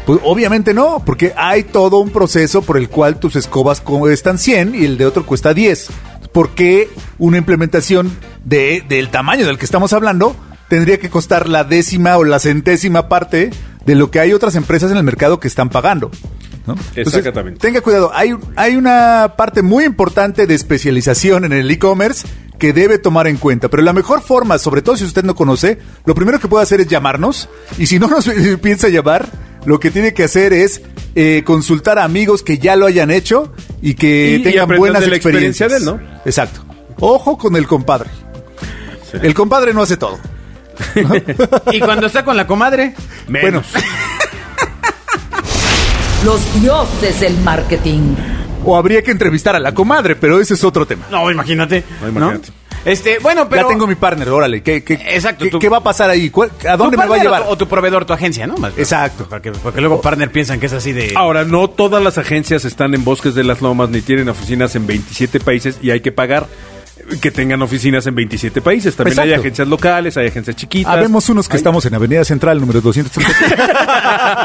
S4: Pues obviamente no, porque hay todo un proceso por el cual tus escobas cuestan 100 y el de otro cuesta 10. ¿Por qué una implementación de, del tamaño del que estamos hablando tendría que costar la décima o la centésima parte de lo que hay otras empresas en el mercado que están pagando? ¿no? Entonces,
S3: Exactamente.
S4: tenga cuidado, hay, hay una parte muy importante de especialización en el e-commerce que debe tomar en cuenta, pero la mejor forma, sobre todo si usted no conoce, lo primero que puede hacer es llamarnos y si no nos piensa llamar, lo que tiene que hacer es eh, consultar a amigos que ya lo hayan hecho y que
S3: Y- y
S4: tengan
S3: aprender
S4: buenas
S3: de la experiencia
S4: experiencias.
S3: de él, ¿no?
S4: Exacto. Ojo con el compadre. El compadre no hace todo.
S2: Y cuando está con la comadre,
S3: Menos.
S1: Los dioses del marketing.
S4: O habría que entrevistar a la comadre, pero ese es otro tema.
S2: no, imagínate.
S3: No,
S2: No,
S3: imagínate.
S2: Este, bueno, pero.
S4: ya tengo mi partner, órale. ¿Qué, qué-
S2: Exacto,
S4: qué-
S2: tú-
S4: qué va a pasar ahí? ¿Cuál- ¿A dónde
S2: tu
S4: me va a
S2: partner
S4: llevar?
S2: O tu, o tu proveedor, tu agencia, ¿no? Más bien.
S4: Exacto. Ah,
S2: Porque, porque luego partner piensan que es así de.
S3: Ahora, no todas las agencias están en Bosques de las Lomas ni tienen oficinas en 27 países y hay que pagar que tengan oficinas en 27 países. También hay
S4: Exacto.
S3: agencias locales, hay agencias chiquitas.
S4: Habemos Ah, unos que estamos en Avenida Central, número 230.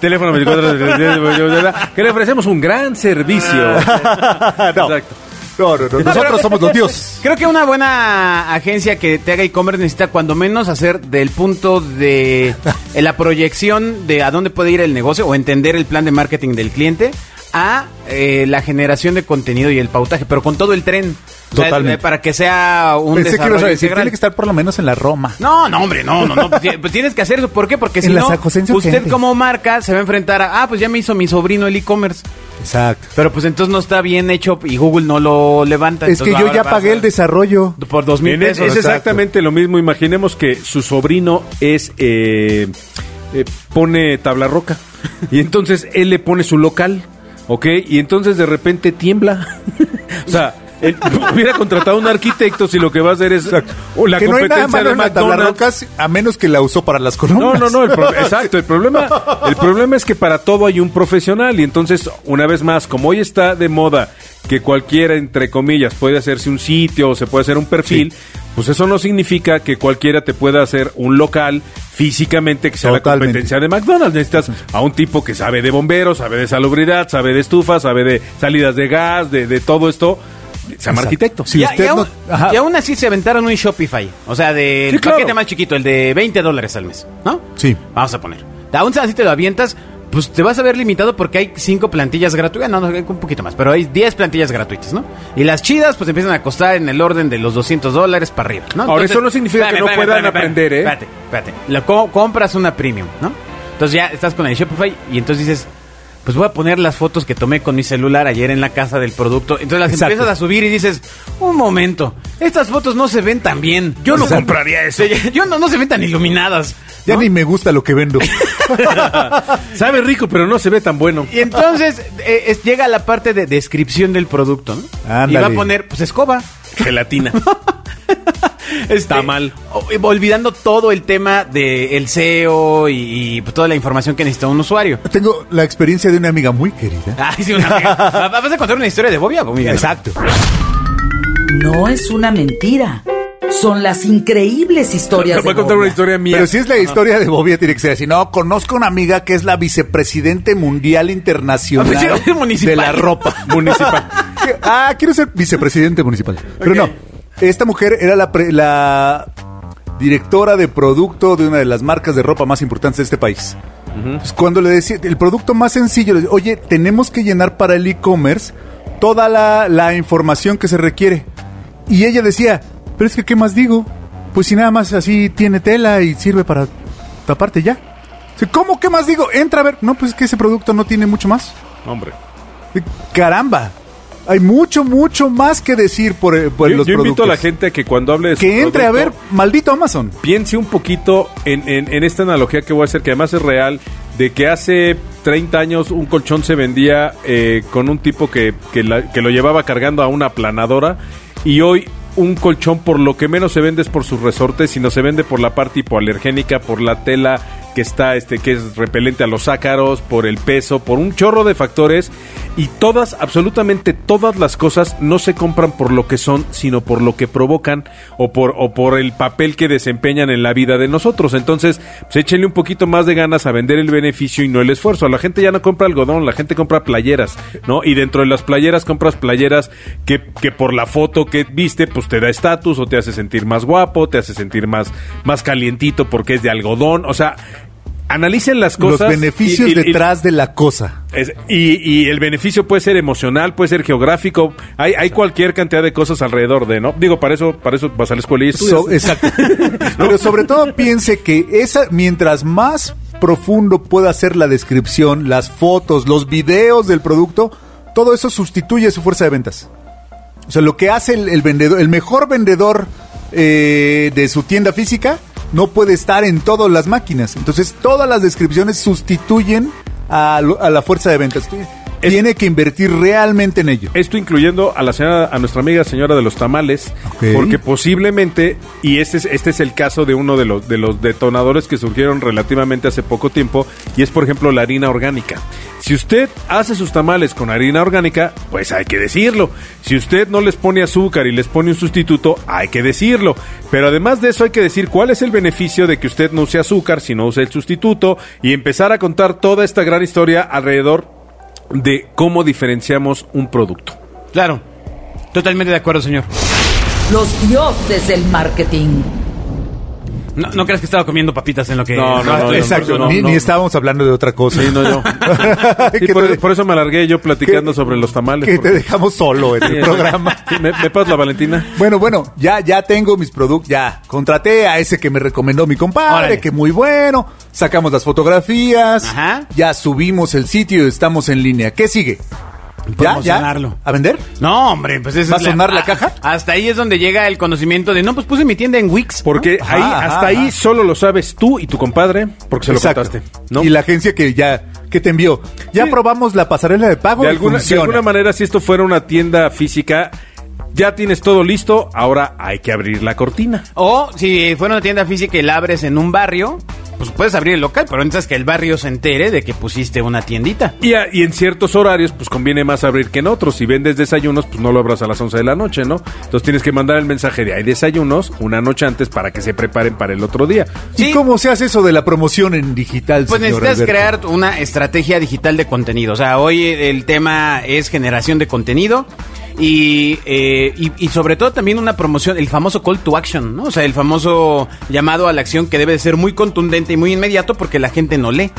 S3: Teléfono 24 que le ofrecemos un gran servicio. Exacto.
S4: No, no, no, Nosotros somos los dioses.
S2: Creo que una buena agencia que te haga e-commerce necesita cuando menos hacer del punto de eh, la proyección de a dónde puede ir el negocio o entender el plan de marketing del cliente a eh, la generación de contenido y el pautaje, pero con todo el tren. O sea,
S4: Totalmente.
S2: eh, para que sea un
S4: Pensé que
S2: desarrollo
S4: ibas a decir,
S2: integral.
S4: tiene que estar por lo menos en la Roma.
S2: No, no, hombre, no, no, no. pues ti- pues tienes que hacer eso. ¿Por qué? Porque
S4: En
S2: si
S4: la
S2: no,
S4: San José en
S2: usted
S4: Surgentes.
S2: como marca se va a enfrentar a, ah, pues ya me hizo mi sobrino el e-commerce.
S4: Exacto.
S2: Pero pues entonces no está bien hecho y Google no lo levanta.
S4: Es que
S2: entonces
S4: yo
S2: ahora
S4: ya
S2: vas a-
S4: pagué el desarrollo.
S2: Por dos mil
S3: Bien, es,
S2: pesos.
S3: e- es
S4: exacto.
S3: exactamente lo mismo. Imaginemos que su sobrino es eh, eh, pone tabla roca y entonces él le pone su local, ¿ok? Y entonces de repente tiembla. o sea. él hubiera contratado a un arquitecto si lo que va a hacer es o la
S4: que no hay nada
S3: competencia
S4: malo
S3: de
S4: en la tabla
S3: McDonald's.
S4: rocas, a menos que la usó para las
S3: No,
S4: columnas.
S3: no, no, el pro- exacto, el problema, el problema es que para todo hay un profesional y entonces, una vez más, como hoy está de moda que cualquiera, entre comillas, puede hacerse un sitio o se puede hacer un perfil, pues eso no significa que cualquiera te pueda hacer un local físicamente que sea la
S4: Totalmente.
S3: competencia de McDonald's. Necesitas a un tipo que sabe de bomberos, sabe de salubridad, sabe de estufas, sabe de salidas de gas, de, de todo esto. Se llama
S4: Exacto.
S3: arquitecto.
S4: Sí. Si
S2: y,
S4: usted
S2: y aún,
S4: no- ajá.
S2: y aún así se aventaron un Shopify. O sea, del
S3: Sí, claro.
S2: paquete más chiquito, el de 20 dólares al mes, ¿no?
S4: Sí.
S2: Vamos a poner. Aún así te lo avientas, pues te vas a ver limitado porque hay cinco plantillas gratuitas. Ah, No, no, un poquito más, pero hay 10 plantillas gratuitas, ¿no? Y las chidas, pues empiezan a costar en el orden de los 200 dólares para arriba, ¿no?
S3: Ahora, eso no significa que no puedan aprender, ¿eh?
S2: Espérate, espérate. Lo co- compras una premium, ¿no? Entonces ya estás con el Shopify y entonces dices. Pues voy a poner las fotos que tomé con mi celular ayer en la casa del producto. Entonces las
S4: Exacto.
S2: empiezas a subir y dices, un momento, estas fotos no se ven tan bien. Yo no
S4: Exacto.
S2: compraría eso. Yo no, no se ven tan iluminadas.
S4: Ya
S2: ¿no?
S4: ni me gusta lo que vendo.
S3: Sabe rico, pero no se ve tan bueno.
S2: Y entonces eh, es- llega la parte de descripción del producto, ¿no? Y va a
S4: Ándale.
S2: poner, pues escoba.
S3: Gelatina.
S2: Está
S3: mal.
S2: Olvidando todo el tema del SEO y, y, pues, toda la información que necesita un usuario.
S4: Tengo la experiencia de una amiga muy querida.
S2: Ay, sí, una amiga. Va- ¿Vas a contar una historia de Bobia? Bobia, ¿no?
S4: Exacto.
S1: No es una mentira. Son las increíbles historias
S3: Voy
S1: de
S3: a contar una
S1: Bobia.
S3: historia mía.
S4: Pero si es la historia de Bobia, tiene que ser así. No, conozco una amiga que es la vicepresidente mundial internacional
S2: Ah, pues, sí, municipal.
S4: de la ropa.
S3: Municipal.
S4: Que- Ah, quiero ser vicepresidente municipal. Pero
S3: Ok.
S4: no, esta mujer era la, pre- la directora de producto de una de las marcas de ropa más importantes de este país. Pues cuando le decía, el producto más sencillo, le decía, oye, tenemos que llenar para el e-commerce toda la, la información que se requiere. Y ella decía, pero es que, ¿qué más digo? Pues si nada más así tiene tela y sirve para taparte ya. Dice, ¿Cómo qué más digo? Entra a ver. No, pues es que ese producto no tiene mucho más.
S3: Hombre.
S4: Caramba. Hay mucho, mucho más que decir por, eh, por
S3: yo
S4: los
S3: yo invito a
S4: productos.
S3: la gente a que cuando hable de su
S4: que entre a ver,
S3: producto,
S4: maldito Amazon.
S3: Piense un poquito en, en- en esta analogía que voy a hacer, que además es real, de que hace 30 años un colchón se vendía eh, con un tipo que, que la- que lo llevaba cargando a una aplanadora y hoy un colchón por lo que menos se vende es por sus resortes, sino se vende por la parte hipoalergénica, por la tela que está este que es repelente a los ácaros, por el peso, por un chorro de factores y todas absolutamente todas las cosas no se compran por lo que son, sino por lo que provocan o por o por el papel que desempeñan en la vida de nosotros. Entonces, pues échenle un poquito más de ganas a vender el beneficio y no el esfuerzo. La gente ya no compra algodón, la gente compra playeras, ¿no? Y dentro de las playeras compras playeras que, que por la foto que viste, pues te da estatus o te hace sentir más guapo, te hace sentir más más calientito porque es de algodón, o sea, analicen las cosas
S4: los
S3: y-
S4: beneficios
S3: y- y-
S4: detrás de la cosa.
S3: es- y, y el beneficio puede ser emocional, puede ser geográfico, hay, hay cualquier cantidad de cosas alrededor de, ¿no? Digo, para eso, para eso vas a la escuela y estudias.
S4: So- exacto. Pero sobre todo piense que esa, mientras más profundo pueda ser la descripción, las fotos, los videos del producto, todo eso sustituye su fuerza de ventas. O sea, lo que hace el, el vendedor, el mejor vendedor eh, de su tienda física, no puede estar en todas las máquinas. Entonces, todas las descripciones sustituyen a, lo- a la fuerza de ventas. Tiene que invertir realmente en ello.
S3: Esto incluyendo a la señora, a nuestra amiga señora de los tamales,
S4: Ok.
S3: porque posiblemente, y este es, este es el caso de uno de los, de los detonadores que surgieron relativamente hace poco tiempo, y es por ejemplo la harina orgánica. Si usted hace sus tamales con harina orgánica, pues hay que decirlo. Si usted no les pone azúcar y les pone un sustituto, hay que decirlo. Pero además de eso hay que decir cuál es el beneficio de que usted no use azúcar, si no use el sustituto, y empezar a contar toda esta gran historia alrededor de cómo diferenciamos un producto.
S2: Claro. Totalmente de acuerdo, señor.
S1: Los dioses del marketing.
S2: No, no creas que estaba comiendo papitas en lo que...
S3: No, no, no,
S4: Exacto,
S3: no,
S4: ni,
S3: no,
S4: ni
S3: no.
S4: estábamos hablando de otra cosa.
S3: Sí,
S4: Que te-
S3: por, por eso me alargué yo platicando
S4: que-
S3: sobre los tamales.
S4: que
S3: porque-
S4: te dejamos solo en
S3: Sí,
S4: el programa.
S3: sí, ¿Me, me pasas la Valentina?
S4: Bueno, bueno, ya, ya tengo mis productos, ya. Contraté a ese que me recomendó mi compadre,
S2: Órale.
S4: que muy bueno. Sacamos las fotografías,
S2: Ajá.
S4: ya subimos el sitio, estamos en línea. ¿Qué sigue? ¿Ya, ya?
S2: Promocionarlo.
S4: ¿A vender?
S2: No, hombre, pues esa
S4: ¿Va
S2: es
S4: a sonar la caja?
S2: Hasta ahí es doní llega el conocimiento de, no, pues puse mi tienda en Wix.
S3: Porque
S4: Ajá,
S3: ahí,
S4: ajá,
S3: hasta ahí
S4: ajá.
S3: solo lo sabes tú y tu compadre, porque se lo
S4: Exacto.
S3: contaste. ¿no?
S4: Y la agencia que ya, que te envió. Ya
S3: Sí.
S4: probamos la pasarela de pago
S3: de,
S4: y
S3: alguna, de
S4: funciona.
S3: alguna manera, si esto fuera una tienda física, ya tienes todo listo, ahora hay que abrir la cortina.
S2: O si fuera una tienda física y la abres en un barrio, pues puedes abrir el local, pero necesitas que el barrio se entere de que pusiste una tiendita.
S3: Y, a- y en ciertos horarios, pues conviene más abrir que en otros. Si vendes desayunos, pues no lo abras a las 11 de la noche, ¿no? Entonces tienes que mandar el mensaje de hay desayunos una noche antes para que se preparen para el otro día.
S4: ¿Y
S2: Sí.
S4: cómo se hace eso de la promoción en digital?
S2: Pues
S4: señor
S2: necesitas
S4: Alberto?
S2: crear una estrategia digital de contenido. O sea, hoy el tema es generación de contenido. Y, eh, y, y sobre todo también una promoción, el famoso call to action, ¿no? O sea, el famoso llamado a la acción que debe de ser muy contundente y muy inmediato porque la gente no lee.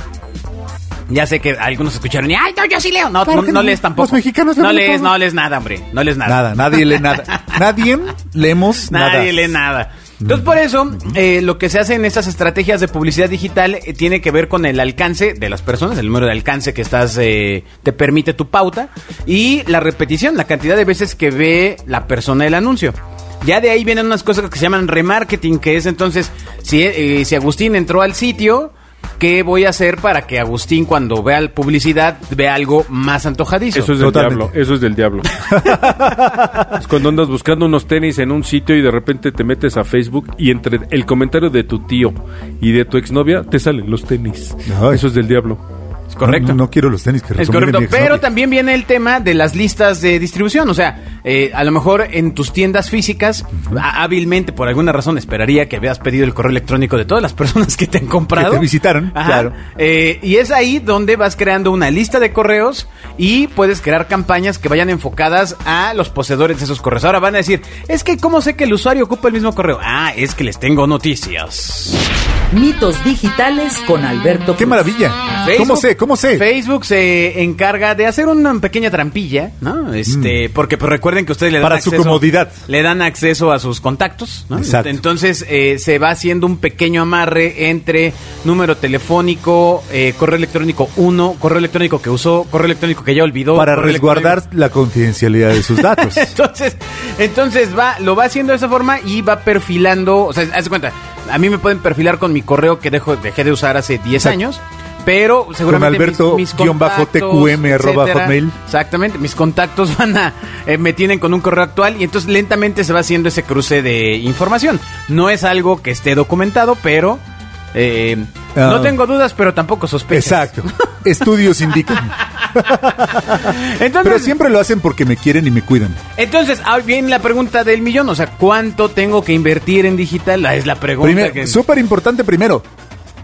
S2: Ya sé que algunos escucharon y, ay, no, yo sí leo. No,
S4: Claro
S2: no,
S4: que
S2: no
S4: no.
S2: lees tampoco.
S4: Los mexicanos
S2: no
S4: leemos
S2: lees,
S4: todo.
S2: no lees nada, hombre. No lees nada.
S4: Nada, nadie lee nada. Nadie leemos nada.
S2: Nadie lee nada. Entonces, por eso, eh, lo que se hace en estas estrategias de publicidad digital eh, tiene que ver con el alcance de las personas, el número de alcance que estás, eh, te permite tu pauta y la repetición, la cantidad de veces que ve la persona el anuncio. Ya de ahí vienen unas cosas que se llaman remarketing, que es entonces, si, eh, si Agustín entró al sitio, ¿qué voy a hacer para que Agustín cuando vea la publicidad vea algo más antojadizo?
S3: Eso es del
S4: Totalmente.
S3: diablo, eso es del diablo. es cuando andas buscando unos tenis en un sitio y de repente te metes a Facebook y entre el comentario de tu tío y de tu exnovia te salen los tenis.
S4: Ay.
S3: Eso es del diablo.
S2: Es correcto.
S4: No, no quiero los tenis que
S2: Es
S4: recomienda
S2: correcto,
S4: mi exnovia.
S2: pero también viene el tema de las listas de distribución, o sea, eh, a lo mejor en tus tiendas físicas, há- hábilmente, por alguna razón, esperaría que habías pedido el correo electrónico de todas las personas que te han comprado.
S4: Que te visitaron, claro.
S2: Eh, y es ahí donde vas creando una lista de correos y puedes crear campañas que vayan enfocadas a los poseedores de esos correos. Ahora van a decir, es que ¿cómo sé que el usuario ocupa el mismo correo? Ah, es que les tengo noticias.
S1: Mitos digitales con Alberto Cruz.
S4: ¡Qué maravilla! ¿Cómo
S2: Ah. Facebook-
S4: sé? ¿Cómo sé?
S2: Facebook se encarga de hacer una pequeña trampilla, ¿no? Este, porque pues, recuerden que ustedes le dan
S4: Mm. Para su comodidad.
S2: le dan acceso a sus contactos, ¿no?
S4: Exacto.
S2: Entonces eh, se va haciendo un pequeño amarre entre número telefónico, eh, correo electrónico 1, correo electrónico que usó, correo electrónico que ya olvidó,
S4: Para
S2: correo
S4: resguardar
S2: electrónico-
S4: la confidencialidad de sus datos.
S2: Entonces, entonces va, lo va haciendo de esa forma y va perfilando, o sea, haz de cuenta, a mí me pueden perfilar con mi correo que dejo, dejé de usar hace 10
S4: Exacto.
S2: años. Pero seguramente
S4: Alberto guión bajo
S2: contactos,
S4: TQM arroba
S2: etcétera.
S4: hotmail.
S2: Exactamente, mis contactos van a eh, me tienen con un correo actual y entonces lentamente se va haciendo ese cruce de información. No es algo que esté documentado, pero eh,
S4: Ah.
S2: no tengo dudas, pero tampoco sospechas.
S4: Exacto. Estudios indican.
S2: Entonces,
S4: Pero siempre lo hacen porque me quieren y me cuidan.
S2: Entonces, ahí viene la pregunta del millón, o sea, ¿cuánto tengo que invertir en digital? Ah, Es la pregunta
S4: Primero,
S2: que...
S4: súper importante primero.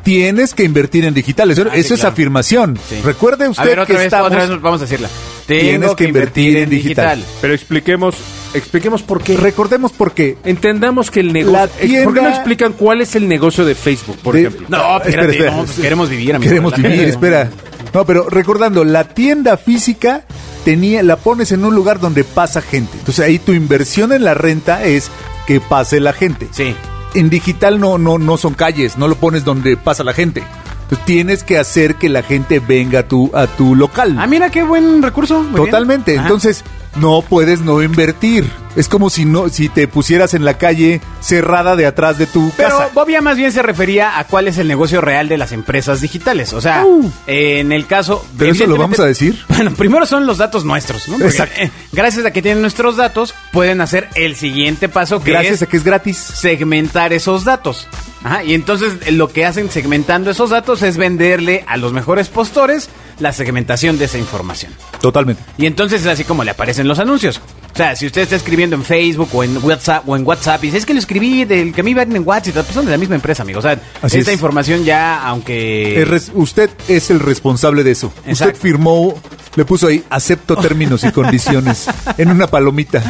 S4: Tienes que invertir en digital. Eso,
S2: Ah, sí,
S4: eso es
S2: claro.
S4: afirmación.
S2: Sí.
S4: Recuerde usted
S2: A ver, otra
S4: que
S2: vez,
S4: estamos...
S2: otra vez vamos a decirla.
S4: Tienes
S2: Tengo
S4: que invertir en digital.
S3: Pero expliquemos, expliquemos por qué.
S4: Recordemos por qué.
S5: Entendamos que el negocio.
S4: La
S3: eh,
S5: ex- ¿Por qué no
S4: tienda-
S5: explican cuál es el negocio de Facebook, por
S4: De-
S5: ejemplo?
S2: No, espérate,
S4: Espera, espera.
S2: no, pues queremos vivir, amigo.
S4: Ah, Queremos
S2: La
S4: vivir,
S2: gente-
S4: espera. No, pero recordando, la tienda física tenía, la pones en un lugar donde pasa gente. Entonces ahí tu inversión en la renta es que pase la gente.
S2: Sí.
S4: En digital no, no, no son calles, no lo pones donde pasa la gente. Entonces tienes que hacer que la gente venga a tu, a tu local.
S2: Ah, mira, qué buen recurso. muy bien.
S4: Totalmente.
S2: Ajá.
S4: Entonces, no puedes no invertir. Es como si no, si te pusieras en la calle cerrada de atrás de tu
S2: Pero
S4: casa.
S2: Bobia más bien se refería a cuál es el negocio real de las empresas digitales. O sea,
S4: Uh.
S2: eh, en el caso...
S4: Pero eso lo
S2: evidentemente-
S4: vamos a decir.
S2: Bueno, primero son los datos nuestros, ¿no? Porque,
S4: Exacto.
S2: eh, gracias a que tienen nuestros datos, pueden hacer el siguiente paso que
S4: Gracias
S2: es...
S4: a que es gratis.
S2: segmentar esos datos. Ajá, y entonces eh, lo que hacen segmentando esos datos es venderle a los mejores postores la segmentación de esa información.
S4: Totalmente.
S2: Y entonces es así como le aparecen los anuncios. O sea, si usted está escribiendo en Facebook o en WhatsApp o en WhatsApp y dice, es que lo escribí del que me iba en WhatsApp, pues son de la misma empresa, amigo. O sea,
S4: Así
S2: esta
S4: es.
S2: información ya, aunque...
S4: Es res- usted es el responsable de eso.
S2: Exacto.
S4: Usted firmó, le puso ahí, acepto términos y condiciones en una palomita.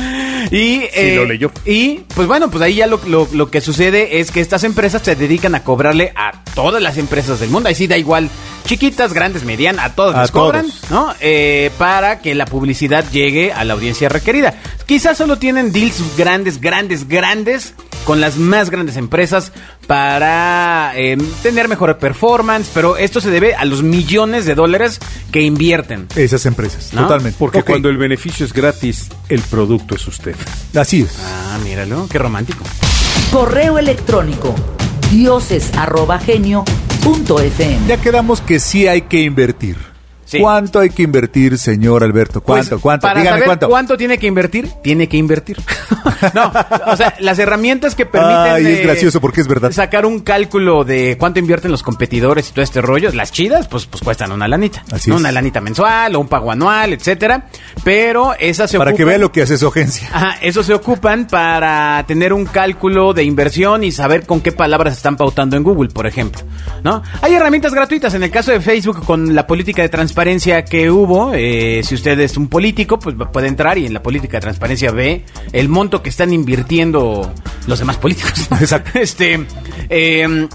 S2: Y, eh,
S3: lo leyó.
S2: Y, pues bueno, pues ahí ya lo, lo- lo que sucede es que estas empresas se dedican a cobrarle a todas las empresas del mundo. Ahí sí da igual, chiquitas, grandes, medianas, a todas
S4: A
S2: las
S4: todos.
S2: cobran, ¿no? Eh, para que la publicidad llegue a la audiencia requerida. Quizás solo tienen deals grandes, grandes, grandes con las más grandes empresas para eh, tener mejor performance, pero esto se debe a los millones de dólares que invierten.
S4: Esas empresas,
S2: ¿No?
S4: totalmente.
S3: Porque
S4: Ok,
S3: cuando el beneficio es gratis, el producto es usted.
S4: Así es.
S2: Ah, míralo, qué romántico.
S1: Correo electrónico dioses@genio.fm.
S4: Ya quedamos que sí hay que invertir.
S2: Sí.
S4: ¿Cuánto hay que invertir, señor Alberto? ¿Cuánto?
S2: Pues,
S4: ¿Cuánto?
S2: Para
S4: Dígame
S2: saber
S4: cuánto.
S2: cuánto. tiene que invertir? Tiene que invertir. no, o sea, las herramientas que permiten. eh,
S4: Ay, es gracioso porque es verdad.
S2: Sacar un cálculo de cuánto invierten los competidores y todo este rollo, las chidas, pues, pues cuestan una lanita.
S4: Así
S2: ¿no?
S4: es.
S2: Una lanita mensual o un pago anual, etcétera. Pero esa se
S4: Para que
S2: ocupan-
S4: vea lo que hace su agencia.
S2: Ajá, eso se ocupan para tener un cálculo de inversión y saber con qué palabras están pautando en Google, por ejemplo, ¿no? Hay herramientas gratuitas. En el caso de Facebook, con la política de transparencia que hubo, eh, si usted es un político, pues va- puede entrar y en la política de transparencia ve el monto que están invirtiendo los demás políticos.
S4: Exacto.
S2: Este, eh,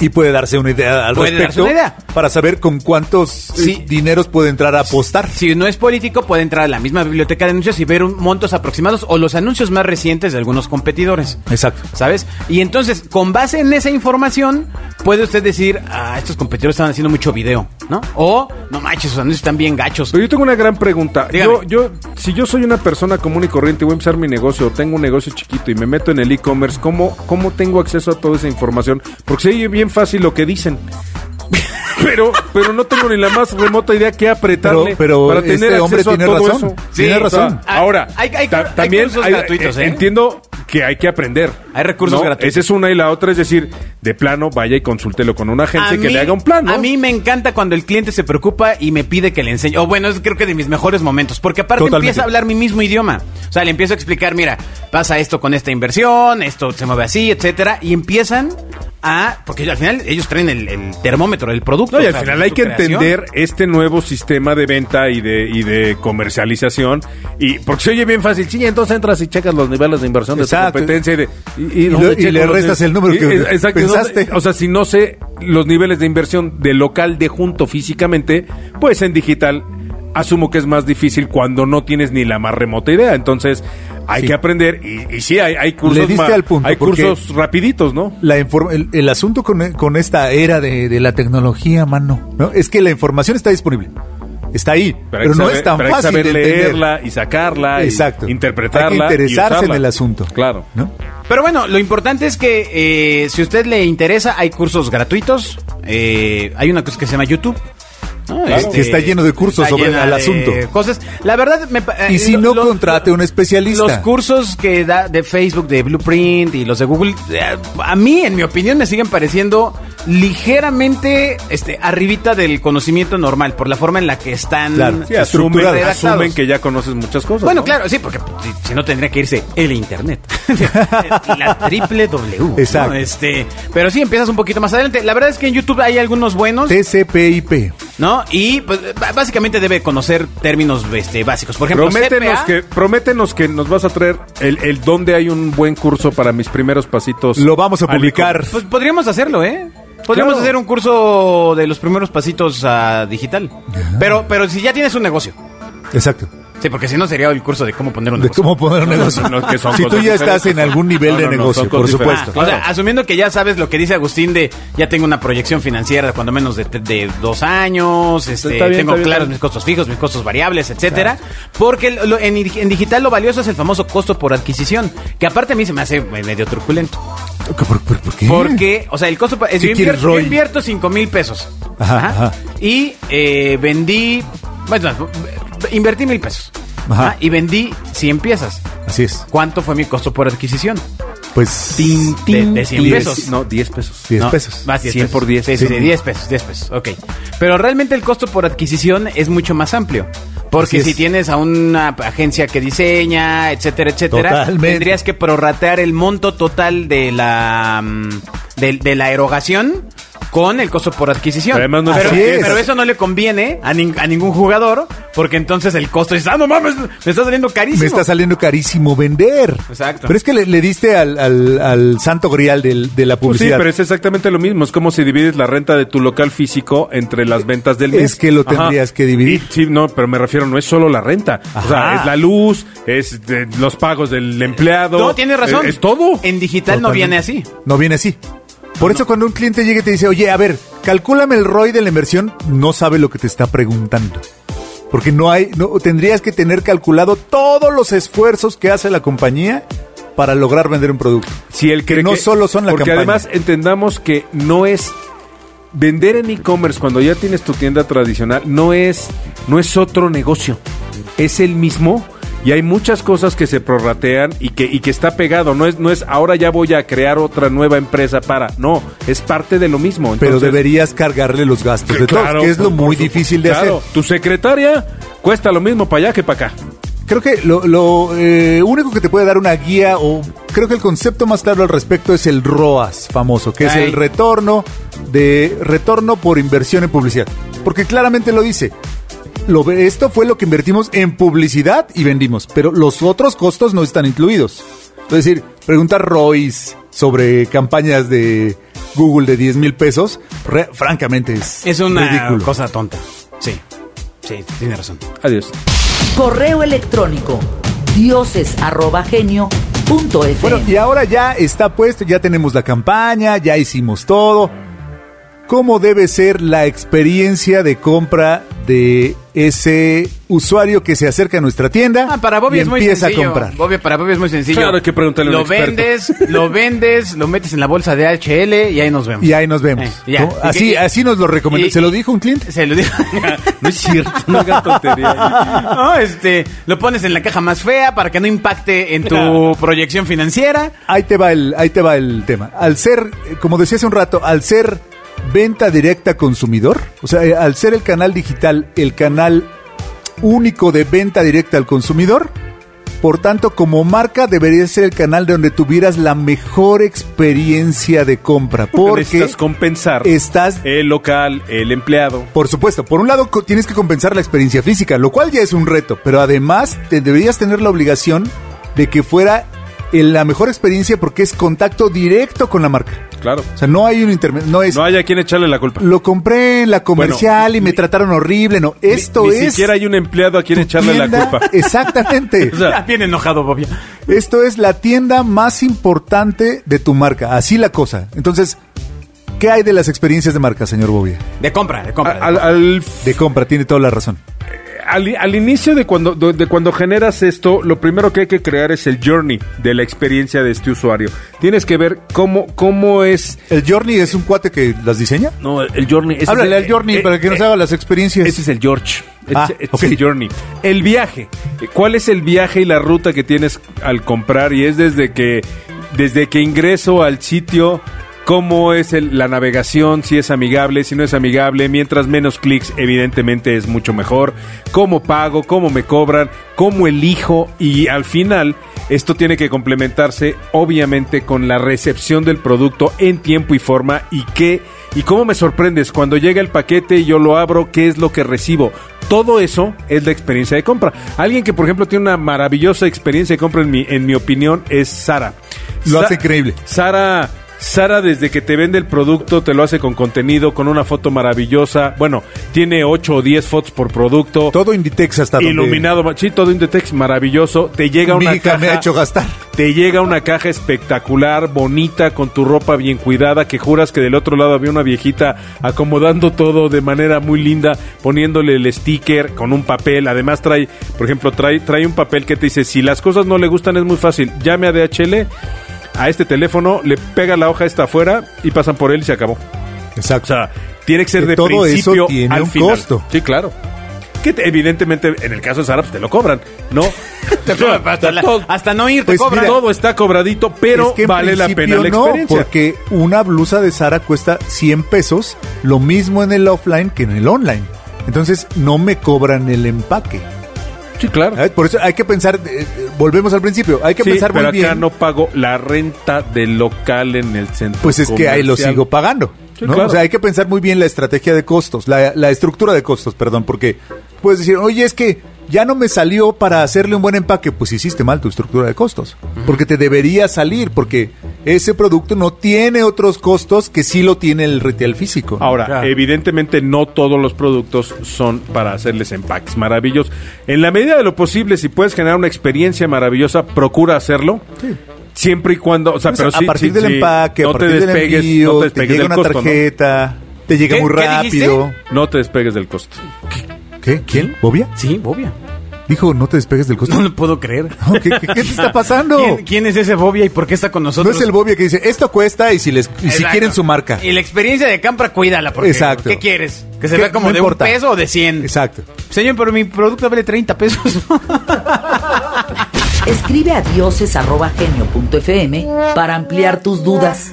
S4: Y puede darse una idea al
S2: Puede darse
S4: respecto
S2: una idea.
S4: para saber con cuántos
S2: Sí.
S4: eh, dineros puede entrar a apostar.
S2: Si no es político, puede entrar a la misma biblioteca de anuncios y ver un- montos aproximados o los anuncios más recientes de algunos competidores.
S4: Exacto.
S2: ¿Sabes? Y entonces, con base en esa información, puede usted decir, ah, estos competidores están haciendo mucho video, ¿no? O, no manches, sus anuncios están bien gachos.
S3: Pero yo tengo una gran pregunta.
S2: Dígame.
S3: Yo, yo, si yo soy una persona común y corriente y voy a empezar mi negocio, o tengo un negocio chiquito y me meto en el e-commerce, ¿cómo, ¿cómo tengo acceso a toda esa información? Porque se oye bien fácil lo que dicen. Pero, pero no tengo ni la más remota idea que apretarle
S4: Pero- pero
S3: para
S4: este
S3: tener
S4: hombre
S3: acceso
S4: tiene
S3: a todo
S4: razón.
S3: eso.
S4: Tiene
S3: o sea,
S4: razón.
S3: ahora,
S2: Hay- hay-
S3: ta-
S2: hay
S3: también
S2: cursos
S3: hay-
S2: gratuitos, ¿eh?
S3: entiendo que hay que aprender.
S2: Hay recursos gratuitos.
S3: Esa es una y la otra es decir, de plano vaya y consúltelo con una
S2: A
S3: agencia que
S2: mí-
S3: le haga un plan. ¿no?
S2: A mí me encanta cuando el cliente se preocupa y me pide que le enseñe. O bueno, es creo que de mis mejores momentos. Porque aparte
S4: Totalmente.
S2: empieza a hablar mi mismo idioma. O sea, le empiezo a explicar, mira, pasa esto con esta inversión, esto se mueve así, etcétera. Y empiezan a. Porque al final ellos traen el, el termómetro del producto.
S3: No,
S2: o
S3: y al
S2: sea,
S3: final
S2: su
S3: hay que
S2: creación.
S3: entender este nuevo sistema de venta y de, y de comercialización. Y porque se oye bien fácil, sí, entonces entras y checas los niveles de inversión de tu
S4: Exacto.
S3: competencia y, de- y-
S4: Y
S3: ¿dónde
S4: lo- y
S3: checo
S4: le
S3: los-
S4: restas el número que
S3: es- exacto, ¿dónde-
S4: pensaste?
S3: o sea, si no sé los niveles de inversión de local de junto físicamente, pues en digital asumo que es más difícil cuando no tienes ni la más remota idea. Entonces hay
S4: Sí.
S3: que aprender y, y sí, hay, hay cursos
S4: diste
S3: ma-
S4: al punto,
S3: hay
S4: porque-
S3: cursos rapiditos, ¿no?
S4: La inform- el, el asunto con, e, con esta era de, de la tecnología, mano, ¿no? es que la información está disponible. Está ahí, pero,
S3: hay que
S4: no
S3: saber-
S4: es tan
S3: pero hay que
S4: fácil
S3: saber
S4: de entender.
S3: leerla y sacarla, y
S4: Exacto.
S3: interpretarla,
S4: Hay que interesarse
S3: y usarla.
S4: en el asunto.
S3: Claro.
S4: ¿no?
S2: Pero bueno, lo importante es que eh, si a usted le interesa, hay cursos gratuitos. eh, hay una cosa que se llama YouTube. ¿no? Este,
S4: Claro. Que está lleno de cursos
S2: está
S4: sobre
S2: llena
S4: el
S2: de
S4: asunto.
S2: Cosas. La verdad, me pa-
S4: Y
S2: eh,
S4: si
S2: lo-
S4: no,
S2: lo-
S4: contrate a un especialista.
S2: Los cursos que da de Facebook, de Blueprint y los de Google, eh, a mí, en mi opinión, me siguen pareciendo ligeramente este, arribita del conocimiento normal, por la forma en la que están
S4: Claro.
S3: Sí, asumen,
S2: estructurados.
S3: asumen que ya conoces muchas cosas.
S2: Bueno,
S3: ¿no?
S2: claro, sí, porque si, si no tendría que irse el internet. la triple W.
S4: Exacto.
S2: ¿no? Este, pero sí, empiezas un poquito más adelante. La verdad es que en YouTube hay algunos buenos,
S4: TCPIP.
S2: ¿no? Y pues, b- básicamente debe conocer términos este, básicos. Por ejemplo,
S3: Prométenos
S2: CPA.
S3: que, prométenos que nos vas a traer el, el dónde hay un buen curso para mis primeros pasitos.
S4: Lo vamos a
S3: al
S4: publicar.
S2: Pues podríamos hacerlo, ¿eh? Podríamos
S3: Claro.
S2: hacer un curso de los primeros pasitos a digital. Pero, pero si ya tienes un negocio.
S4: Exacto.
S2: Sí, porque si no sería el curso de cómo poner un
S4: De
S2: negocio.
S4: cómo poner un negocio.
S3: no, que son
S4: si tú
S3: cosas
S4: ya estás
S3: diferentes.
S4: en algún nivel
S3: No,
S4: de
S3: no, no,
S4: negocio,
S3: son
S4: por
S3: cosas
S4: supuesto.
S2: Ah, O sea, asumiendo que ya sabes lo que dice Agustín de ya tengo una proyección financiera cuando menos de, de dos años, este,
S3: Está bien,
S2: tengo
S3: está
S2: claros
S3: bien, está bien.
S2: mis costos fijos, mis costos variables, etcétera. Porque lo- en, en digital lo valioso es el famoso costo por adquisición, que aparte a mí se me hace medio truculento.
S4: ¿Por, por- por qué?
S2: Porque, o sea, el costo. pa- es-
S4: ¿Qué
S2: yo,
S4: quieres,
S2: invierto, yo
S4: Roy?
S2: invierto 5 mil pesos.
S4: Ajá,
S2: Ajá.
S4: ajá.
S2: Y eh, vendí. Bueno, no, invertí mil pesos.
S4: Ajá.
S2: Ajá, Y vendí 100 piezas.
S4: Así es.
S2: ¿Cuánto fue mi costo por adquisición?
S4: Pues.
S2: Tin, tin, de 100
S3: Diez-
S2: pesos.
S3: No, 10 pesos.
S4: 10
S2: No,
S4: pesos.
S2: Más 10
S3: 100
S2: pesos.
S3: por 10.
S2: Sí, sí,
S4: Sí.
S2: 10 pesos, 10 pesos. Ok. Pero realmente el costo por adquisición es mucho más amplio.
S4: Así
S2: Porque
S4: es.
S2: si tienes a una agencia que diseña, etcétera, etcétera,
S4: Totalmente.
S2: tendrías que prorratear el monto total de la mm, de, de la erogación con el costo por adquisición.
S3: Además, no
S2: pero, eh,
S4: Así es.
S2: pero eso no le conviene a, nin- a ningún jugador, porque entonces el costo es, ah, no mames, me está saliendo carísimo.
S4: Me está saliendo carísimo vender.
S2: Exacto.
S4: Pero es que le, le diste al, al- al santo grial del- de la
S3: Pues sí,
S4: publicidad.
S3: pero es exactamente lo mismo. Es como si divides la renta de tu local físico entre las ventas del
S4: Es
S3: mes.
S4: que lo tendrías que dividir.
S3: Y- sí, no, pero me refiero, no es solo la renta. O sea, es la luz, es de los pagos del empleado.
S2: no, tienes razón.
S3: Es, es todo.
S2: En digital no
S4: eh, Totalmente.
S2: viene así.
S4: No viene así. Por eso cuando un cliente llega y te dice, oye, a ver, calcúlame el ROI de la inversión, no sabe lo que te está preguntando. Porque no hay, no, tendrías que tener calculado todos los esfuerzos que hace la compañía para lograr vender un producto.
S3: Si él cree
S4: Que no solo son la
S3: porque
S4: campaña.
S3: además entendamos que no es vender en e-commerce cuando ya tienes tu tienda tradicional no es no es otro negocio. Es el mismo y hay muchas cosas que se prorratean y que y que está pegado, no es no es ahora ya voy a crear otra nueva empresa para, no, es parte de lo mismo.
S4: Pero
S3: Entonces,
S4: deberías cargarle los gastos de
S3: claro,
S4: todos, que es lo
S3: por- por
S4: muy
S3: supuesto.
S4: difícil de
S3: Claro,
S4: hacer.
S3: tu secretaria cuesta lo mismo para allá que para acá.
S4: Creo que lo, lo, eh, único que te puede dar una guía o creo que el concepto más claro al respecto es el ROAS famoso, que es
S2: Ay.
S4: el retorno de retorno por inversión en publicidad. Porque claramente lo dice. Lo, ve- esto fue lo que invertimos en publicidad y vendimos, pero los otros costos no están incluidos. Es decir, preguntar ROIs sobre campañas de Google de 10 mil pesos, re- francamente es,
S2: Es una
S4: ridículo.
S2: cosa tonta. Sí. Sí, tiene razón.
S3: Adiós.
S1: Correo electrónico dioses@genio.fm.
S4: Bueno, y ahora ya está puesto, ya tenemos la campaña, ya hicimos todo. ¿Cómo debe ser la experiencia de compra de ese usuario que se acerca a nuestra tienda
S2: Ah, para Bobby
S4: y
S2: es muy
S4: empieza
S2: sencillo.
S4: a comprar?
S2: Bobby, para Bobby es muy sencillo.
S3: Claro, hay que preguntarle a un
S2: Lo
S3: experto.
S2: vendes, lo vendes, lo metes en la bolsa de HL y ahí nos vemos.
S4: Y ahí nos vemos.
S2: Eh, ya.
S4: ¿Cómo? Así,
S2: Y-
S4: así nos lo recomendó.
S2: y-
S4: ¿Se lo dijo un cliente?
S2: Se lo digo.
S3: No es cierto, no hagan tontería.
S2: no, este, lo pones en la caja más fea para que no impacte en tu
S3: Claro.
S2: proyección financiera.
S4: Ahí te va el, ahí te va el tema. Al ser, eh, como decía hace un rato, al ser venta directa a consumidor, o sea, eh, al ser el canal digital, el canal único de venta directa al consumidor, Por tanto, como marca debería ser el canal donde tuvieras la mejor experiencia de compra. Porque
S3: necesitas compensar
S4: estás
S3: el local, el empleado.
S4: Por supuesto, por un lado co- tienes que compensar la experiencia física, lo cual ya es un reto, pero además te deberías tener la obligación de que fuera eh, la mejor experiencia porque es contacto directo con la marca.
S3: Claro.
S4: O sea, no hay un intermedio, no es
S3: No hay a quien echarle la culpa.
S4: lo compré en la comercial y me trataron horrible, no, esto
S3: ni,
S4: es
S3: Ni siquiera hay un empleado a quien
S4: tu
S3: echarle la
S4: tienda-
S3: culpa.
S4: Exactamente.
S3: O sea,
S2: bien enojado, Bobia.
S4: Esto es la tienda más importante de tu marca, así la cosa. Entonces, ¿qué hay de las experiencias de marca, señor Bobia?
S2: De compra, de
S3: a-
S2: compra. de
S3: al,
S2: compra.
S3: al-
S4: De compra, tiene toda la razón.
S3: al- al inicio de cuando, de, de cuando generas esto, lo primero que hay que crear es el journey de la experiencia de este usuario. Tienes que ver cómo, cómo es
S4: ¿El Journey es un cuate que las diseña?
S5: No, el Journey. ese es
S4: Háblale
S5: el-
S4: al Journey
S5: eh,
S4: para que nos haga las experiencias.
S3: Ese es el George. Ese,
S4: Ah,
S3: ese
S4: ok.
S3: es el Journey. El viaje. ¿Cuál es el viaje y la ruta que tienes al comprar? Y es desde que, desde que ingreso al sitio, cómo es el- la navegación, si es amigable, si no es amigable. Mientras menos clics, evidentemente es mucho mejor. Cómo pago, cómo me cobran, cómo elijo. Y al final, esto tiene que complementarse, obviamente, con la recepción del producto en tiempo y forma y qué ¿Y cómo me sorprendes cuando llega el paquete y yo lo abro? ¿Qué es lo que recibo? Todo eso es la experiencia de compra. Alguien que, por ejemplo, tiene una maravillosa experiencia de compra, en mi, en mi opinión, es Sara.
S4: Lo
S3: Sa-
S4: hace increíble.
S3: Sara, Sara, desde que te vende el producto, te lo hace con contenido, con una foto maravillosa. Bueno, tiene 8 o 10 fotos por producto.
S4: Todo Inditex hasta donde
S3: Iluminado, ma- sí, todo Indetex maravilloso. Te llega una
S4: Mica
S3: caja.
S4: me ha hecho gastar.
S3: Te llega una caja espectacular, bonita, con tu ropa bien cuidada, que juras que del otro lado había una viejita acomodando todo de manera muy linda, poniéndole el sticker con un papel. Además trae, por ejemplo, trae, trae un papel que te dice, si las cosas no le gustan es muy fácil, llame a DHL, a este teléfono, le pega la hoja esta afuera y pasan por él y se acabó. O
S4: Exacto.
S3: sea, tiene que ser
S4: Que
S3: de
S4: todo eso
S3: principio
S4: tiene
S3: al
S4: un
S3: final.
S4: costo.
S3: Sí, claro. Que te- evidentemente en el caso de Sara pues, te lo cobran, ¿no?
S2: Te
S3: O sea,
S2: cobran hasta, la-
S3: todo-
S2: hasta no ir, te
S4: Pues
S2: cobran.
S4: mira,
S3: todo está cobradito, pero
S4: Es que en
S3: vale la
S4: principio
S3: pena la
S4: no,
S3: experiencia.
S4: porque una blusa de Sara cuesta 100 pesos, lo mismo en el offline que en el online. Entonces, no me cobran el empaque.
S3: sí, claro.
S4: ¿Sabes? Por eso hay que pensar, eh, eh, volvemos al principio, hay que
S3: Sí,
S4: pensar
S3: pero
S4: muy
S3: acá
S4: bien.
S3: no pago la renta del local en el centro.
S4: Pues es que ahí lo
S3: comercial.
S4: sigo pagando.
S3: Sí,
S4: ¿no?
S3: claro.
S4: O sea, hay que pensar muy bien la estrategia de costos, la, la estructura de costos, perdón, porque puedes decir, oye, es que ya no me salió para hacerle un buen empaque. Pues hiciste mal tu estructura de costos, porque te debería salir, porque ese producto no tiene otros costos que sí lo tiene el retail físico.
S3: Ahora,
S5: Claro.
S3: evidentemente no todos los productos son para hacerles empaques maravillosos. En la medida de lo posible, si puedes generar una experiencia maravillosa, procura hacerlo. Siempre y cuando, o sea,
S4: Pues,
S3: pero
S4: a
S3: sí,
S4: partir
S3: sí,
S4: del
S3: sí,
S4: empaque,
S3: no
S4: a partir
S3: te
S4: del
S3: despegues,
S4: envío,
S3: no te
S4: te
S3: despegues
S4: llega
S3: del
S4: una
S3: costo, ¿no?
S4: tarjeta, te llega
S2: ¿Qué-
S4: muy
S2: qué dijiste?
S4: rápido.
S3: No te despegues del costo.
S4: ¿Qué? ¿Quién? ¿Bobia?
S2: Sí, Bobia.
S4: Dijo, no te despegues del costo.
S2: No lo puedo creer.
S4: No, ¿Qué, qué- qué te está pasando?
S2: ¿Quién, quién es ese Bobia y por qué está con
S4: No
S2: nosotros?
S4: es el Bobia que dice, esto cuesta y si, les, y si
S2: Exacto.
S4: quieren su marca.
S2: Y la experiencia de Campra, cuídala. Porque,
S4: Exacto.
S2: ¿Qué quieres? ¿Que se
S4: ¿Qué?
S2: vea como
S4: No
S2: de
S4: importa.
S2: un peso o de 100?
S4: Exacto.
S2: Señor, pero mi producto vale 30 pesos.
S1: Escribe a dioses.genio.fm para ampliar tus dudas.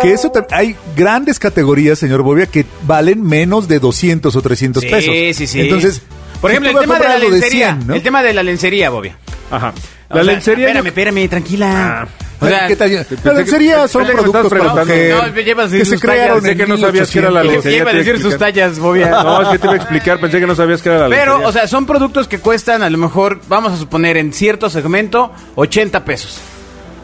S4: Que eso tam- hay grandes categorías, señor Bobia, que valen menos de 200 o 300 pesos.
S2: Sí, sí, sí.
S4: Entonces,
S2: por
S4: si
S2: ejemplo,
S4: tú
S2: el tema
S4: me
S2: de la
S4: compras algo
S2: lencería.
S4: 100, ¿no?
S2: El tema de la lencería, Bobia.
S3: Ajá.
S2: O
S3: La
S2: sea,
S3: lencería.
S2: Espérame, espérame, tranquila.
S3: Ah.
S2: O sea,
S4: ¿Qué tal? La
S3: que-
S4: lencería
S3: pensé
S4: son
S3: que me
S4: productos
S3: estabas
S4: para mujer,
S3: preguntando.
S2: No, me llevas
S4: que
S2: sus
S4: se
S2: tallas,
S4: crearon
S3: sé
S4: en
S3: que no sabías que era la
S4: 1800.
S3: lencería.
S2: iba a
S3: te
S2: decir sus
S3: explicar.
S2: tallas, Bobia.
S3: No, es que te iba a explicar, pensé que no sabías que era la
S2: Pero,
S3: lencería.
S2: o sea, son productos que cuestan, a lo mejor, vamos a suponer, en cierto segmento, 80 pesos.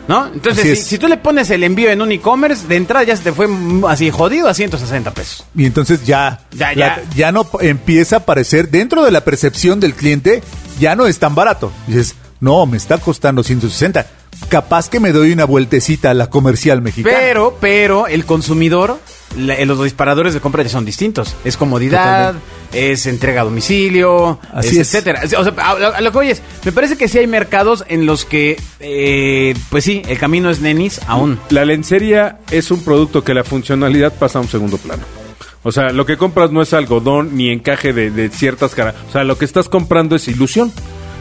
S2: ¿No? Entonces,
S4: Así
S2: si,
S4: es.
S2: si tú le pones el envío en un e-commerce, de entrada ya se te fue mm, así jodido a 160 pesos.
S4: Y entonces ya,
S2: Ya,
S4: la-
S2: ya.
S4: ya no p- empieza a aparecer dentro de la percepción del cliente, ya no es tan barato. Dices, no, me está costando 160. Capaz que me doy una vueltecita a la comercial mexicana.
S2: Pero, pero, el consumidor, la- eh, los disparadores de compra ya son distintos. Es comodidad, es entrega a domicilio,
S4: Así
S2: es
S4: es.
S2: etcétera. O sea, a, a- a lo que oyes, me parece que sí hay mercados en los que, eh, pues sí, el camino es nenis aún.
S3: La lencería es un producto que la funcionalidad pasa a un segundo plano. O sea, lo que compras no es algodón ni encaje de, de ciertas caras. O sea, lo que estás comprando es ilusión.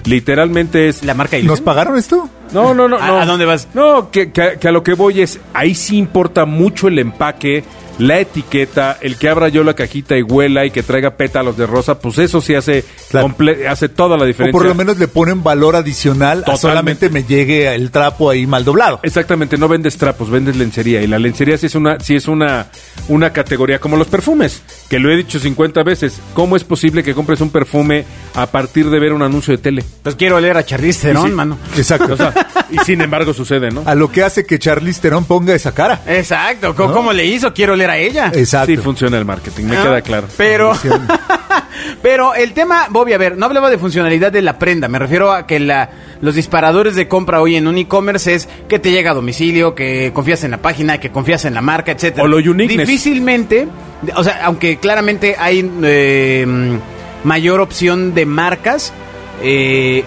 S3: Literalmente es...
S2: La marca
S4: ¿Nos
S2: ilusión.
S4: pagaron esto?
S3: No, no, no.
S2: ¿A-
S3: no.
S2: a dónde vas?
S3: No, que, que- que a lo que voy es... Ahí sí importa mucho el empaque, la etiqueta, el que abra yo la cajita y huela y que traiga pétalos de rosa, pues eso sí hace,
S4: Claro.
S3: comple- hace toda la
S4: O
S3: diferencia.
S4: por lo menos le ponen valor adicional a
S3: Totalmente.
S4: solamente me llegue el trapo ahí mal doblado.
S3: Exactamente, no vendes trapos, vendes lencería. Y la lencería sí es una, sí es una, una categoría como los perfumes, que lo he dicho 50 veces. ¿Cómo es posible que compres un perfume a partir de ver un anuncio de tele?
S2: Pues quiero oler a Charlize Theron,
S3: Y sí.
S2: mano. Ah,
S4: Exacto.
S3: O sea, y sin embargo sucede, ¿no?
S4: a lo que hace que Charlize Theron ponga esa cara.
S2: Exacto, ¿cómo,
S4: ¿No?
S2: cómo le hizo? Quiero oler a ella.
S4: Exacto.
S3: Sí funciona el marketing, me
S2: Ah,
S3: queda claro.
S2: Pero, pero el tema, Bobby, a ver, no hablaba de funcionalidad de la prenda, me refiero a que la, los disparadores de compra hoy en un e-commerce es que te llega a domicilio, que confías en la página, que confías en la marca, etcétera.
S3: O lo uniqueness.
S2: Difícilmente, o sea, aunque claramente hay eh, mayor opción de marcas, eh,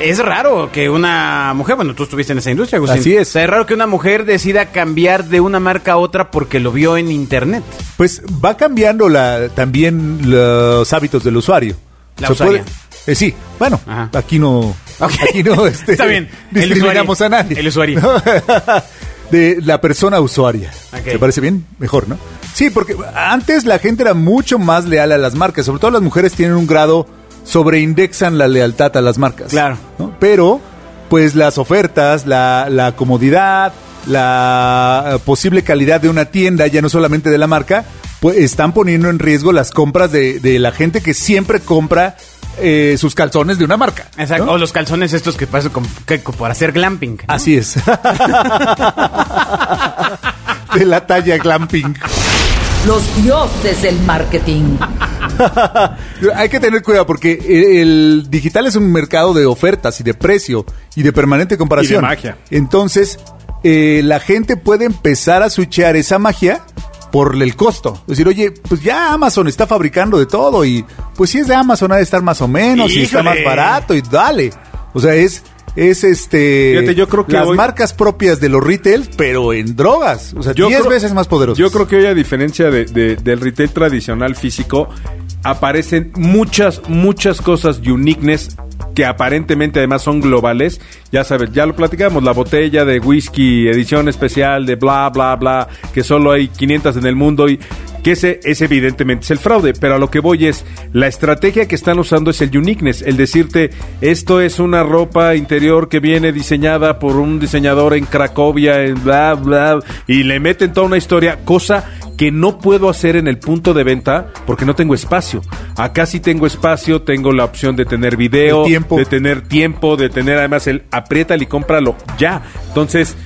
S2: es raro que una mujer, bueno, tú estuviste en esa industria, Agustín.
S4: Así es.
S2: O sea, es raro que una mujer decida cambiar de una marca a otra porque lo vio en internet.
S4: Pues va cambiando la, también los hábitos del usuario.
S2: La
S4: Se
S2: usuaria.
S4: puede- eh, sí, bueno,
S2: Ajá.
S4: aquí no,
S2: Ok.
S4: aquí no este,
S2: Está bien. El
S4: discriminamos
S2: usuario.
S4: a nadie.
S2: El usuario.
S4: De la persona usuaria.
S2: Ok.
S4: ¿Te parece bien? Mejor, ¿no? Sí, porque antes la gente era mucho más leal a las marcas. Sobre todo las mujeres tienen un grado, sobreindexan la lealtad a las marcas.
S2: Claro.
S4: ¿no? Pero, pues las ofertas, la, la comodidad, la eh, posible calidad de una tienda, ya no solamente de la marca, pues están poniendo en riesgo las compras de, de la gente que siempre compra eh, sus calzones de una marca. ¿no? Ah,
S2: Exacto. O los calzones estos que pasan con, que- por hacer glamping. ¿no?
S4: Así es. de la talla glamping.
S1: Los dioses del marketing.
S4: Hay que tener cuidado porque e- el digital es un mercado de ofertas y de precio y de permanente comparación.
S3: Y de magia.
S4: Entonces, eh, la gente puede empezar a switchear esa magia por el costo. Es decir, oye, pues ya Amazon está fabricando de todo y pues si es de Amazon ha de estar más o menos y está más
S2: ¡Híjole!
S4: barato y dale. O sea, es es este
S3: Fíjate, yo creo que
S4: las
S3: hoy-
S4: marcas propias de los retail, pero en drogas, o sea, 10
S3: creo-
S4: veces más poderosas.
S3: Yo creo que hoy, a diferencia de- de- del retail tradicional físico, aparecen muchas, muchas cosas uniqueness que aparentemente además son globales. Ya sabes, ya lo platicamos, la botella de whisky, edición especial de bla, bla, bla, que solo hay 500 en el mundo y que ese, ese evidentemente es el fraude. Pero a lo que voy es, la estrategia que están usando es el uniqueness, el decirte, esto es una ropa interior que viene diseñada por un diseñador en Cracovia, en bla, bla, y le meten toda una historia, cosa que no puedo hacer en el punto de venta porque no tengo espacio. Acá sí tengo espacio, tengo la opción de tener video,
S4: El tiempo.
S3: de tener tiempo, de tener además el apriétalo y cómpralo ya. Entonces,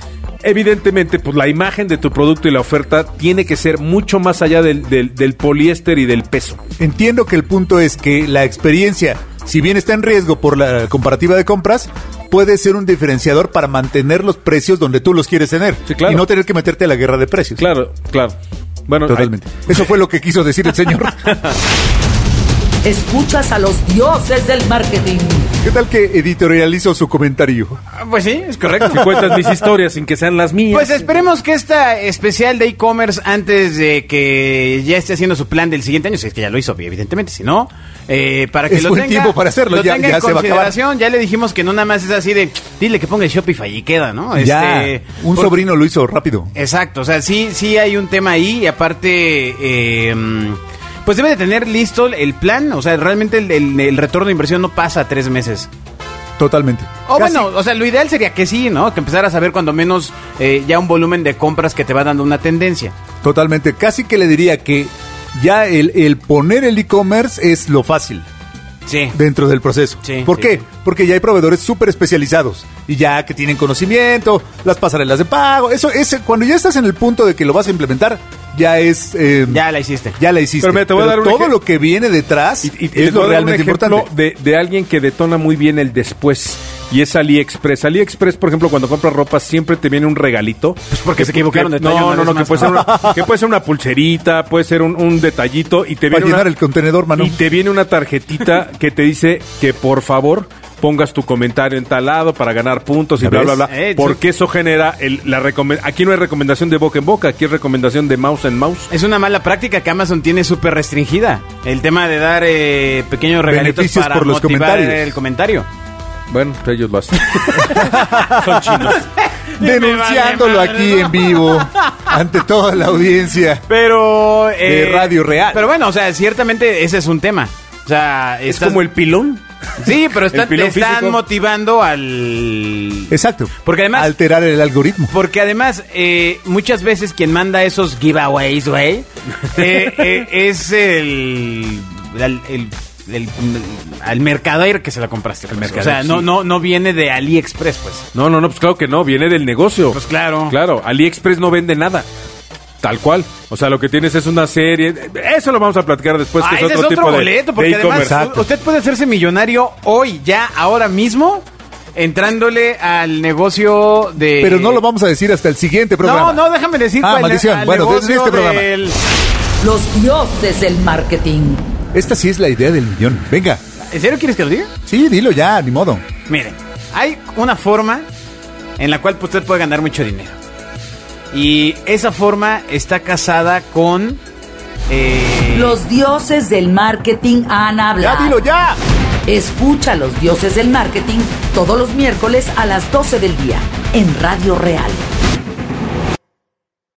S3: evidentemente, pues la imagen de tu producto y la oferta tiene que ser mucho más allá del, del- del poliéster y del peso.
S4: Entiendo que el punto es que la experiencia, si bien está en riesgo por la comparativa de compras, puede ser un diferenciador para mantener los precios donde tú los quieres tener
S3: Sí, claro.
S4: y no tener que meterte a la guerra de precios.
S3: Claro, claro. Bueno,
S4: Totalmente. Eso fue lo que quiso decir el señor.
S1: Escuchas a los dioses del marketing.
S4: ¿Qué tal que editorializo su comentario?
S2: Ah, Pues sí, es
S3: ay,
S2: correcto.
S3: que cuentas mis historias sin que sean las mías.
S2: Pues esperemos que esta especial de e-commerce, antes de que ya esté haciendo su plan del siguiente año, si es que ya lo hizo, evidentemente, si no, eh, para que
S4: Es
S2: lo
S4: buen
S2: tenga,
S4: tiempo para hacerlo,
S2: lo
S4: ya-
S2: tenga
S4: ya
S2: en
S4: se va a acabar.
S2: consideración. Ya le dijimos que no nada más es así de, dile que ponga el Shopify y queda, ¿no?
S3: Este,
S2: Este,
S4: ya, un
S2: por-
S4: sobrino lo hizo rápido.
S2: Exacto, o sea, sí, sí hay un tema ahí y aparte, eh, pues debe de tener listo el plan, o sea, realmente el, el- el retorno de inversión no pasa a tres meses.
S4: Totalmente.
S2: O
S4: Casi.
S2: Oh, bueno, o sea, lo ideal sería que sí, ¿no? Que empezaras a ver cuando menos eh, ya un volumen de compras que te va dando una tendencia.
S4: Totalmente. Casi que le diría que ya el, el poner el e-commerce es lo fácil.
S2: Sí.
S4: dentro del proceso.
S2: Sí,
S4: ¿Por
S2: sí,
S4: qué?
S2: sí.
S4: Porque ya hay proveedores súper especializados y ya que tienen conocimiento, las pasarelas de pago, eso es cuando ya estás en el punto de que lo vas a implementar, ya es eh,
S2: Ya la hiciste.
S4: ya la hiciste.
S3: Pero mira, te voy a dar un
S4: todo
S3: eje-
S4: lo que viene detrás
S3: Y, y- y les
S4: es
S3: voy a
S4: lo
S3: dar un
S4: realmente
S3: ejemplo
S4: importante.
S3: De, de alguien que detona muy bien el después. Y es AliExpress. AliExpress, por ejemplo, cuando compras ropa siempre te viene un regalito. Pues
S2: porque se equivocaron de talla
S3: No,
S2: una
S3: no,
S2: vez
S3: no, que
S2: más.
S3: puede, ser una, que puede ser una pulserita, puede ser un, un detallito y te
S4: Para
S3: viene
S4: llenar
S3: una,
S4: el contenedor, mano.
S3: y te viene una tarjetita que te dice que por favor pongas tu comentario en tal lado para ganar puntos y
S4: ¿Ya
S3: bla,
S4: ves?
S3: bla, bla.
S2: Eh,
S3: porque eso genera el- la recomen- Aquí no hay recomendación de boca en boca, aquí es recomendación de mouse en mouse.
S2: Es una mala práctica que Amazon tiene súper restringida. El tema de dar eh, pequeños regalitos
S4: Beneficios
S2: para
S4: por los
S2: motivar
S4: comentarios.
S2: el comentario.
S3: Bueno, pues ellos lo hacen.
S4: Denunciándolo
S2: vale madre,
S4: aquí en vivo ante toda la audiencia.
S2: Pero. eh,
S4: De Radio Real.
S2: Pero bueno, o sea, ciertamente ese es un tema. O sea,
S6: Es
S2: estás-
S6: como el pilón.
S2: Sí, pero están,
S3: el pilón
S2: están
S3: físico.
S2: motivando al.
S4: Exacto.
S2: Porque además-
S4: Alterar el algoritmo.
S2: Porque además, eh, muchas veces quien manda esos giveaways, güey, eh, eh, es el. al- el- el- al mercader que se la compraste. pues.
S3: mercader,
S2: o sea, no,
S3: sí.
S2: no, no viene de AliExpress, pues.
S3: No, no, no, pues claro que no, viene del negocio.
S2: Pues claro.
S3: Claro, AliExpress no vende nada. Tal cual. O sea, lo que tienes es una serie. Eso lo vamos a platicar después,
S2: Ah,
S3: que es
S2: ese
S3: otro,
S2: es otro
S3: tipo de-
S2: boleto,
S3: de
S2: porque además
S3: e-commerce.
S2: u- usted puede hacerse millonario hoy, ya, ahora mismo, entrándole al negocio de...
S4: Pero no lo vamos a decir hasta el siguiente programa.
S2: Eh. No, no, déjame decir
S4: Ah,
S2: cuál-
S4: maldición.
S2: al
S4: Bueno,
S2: negocio
S4: desde este programa.
S2: del-
S1: Los dioses del marketing.
S4: Esta sí es la idea del millón. Venga.
S2: ¿En serio quieres que lo diga?
S4: Sí, dilo ya, ni modo.
S2: Miren, hay una forma en la cual usted puede ganar mucho dinero. Y esa forma está casada con... eh,
S1: Los dioses del marketing han hablado.
S4: Ya, dilo ya.
S1: Escucha a los dioses del marketing todos los miércoles a las 12 del día en Radio Real.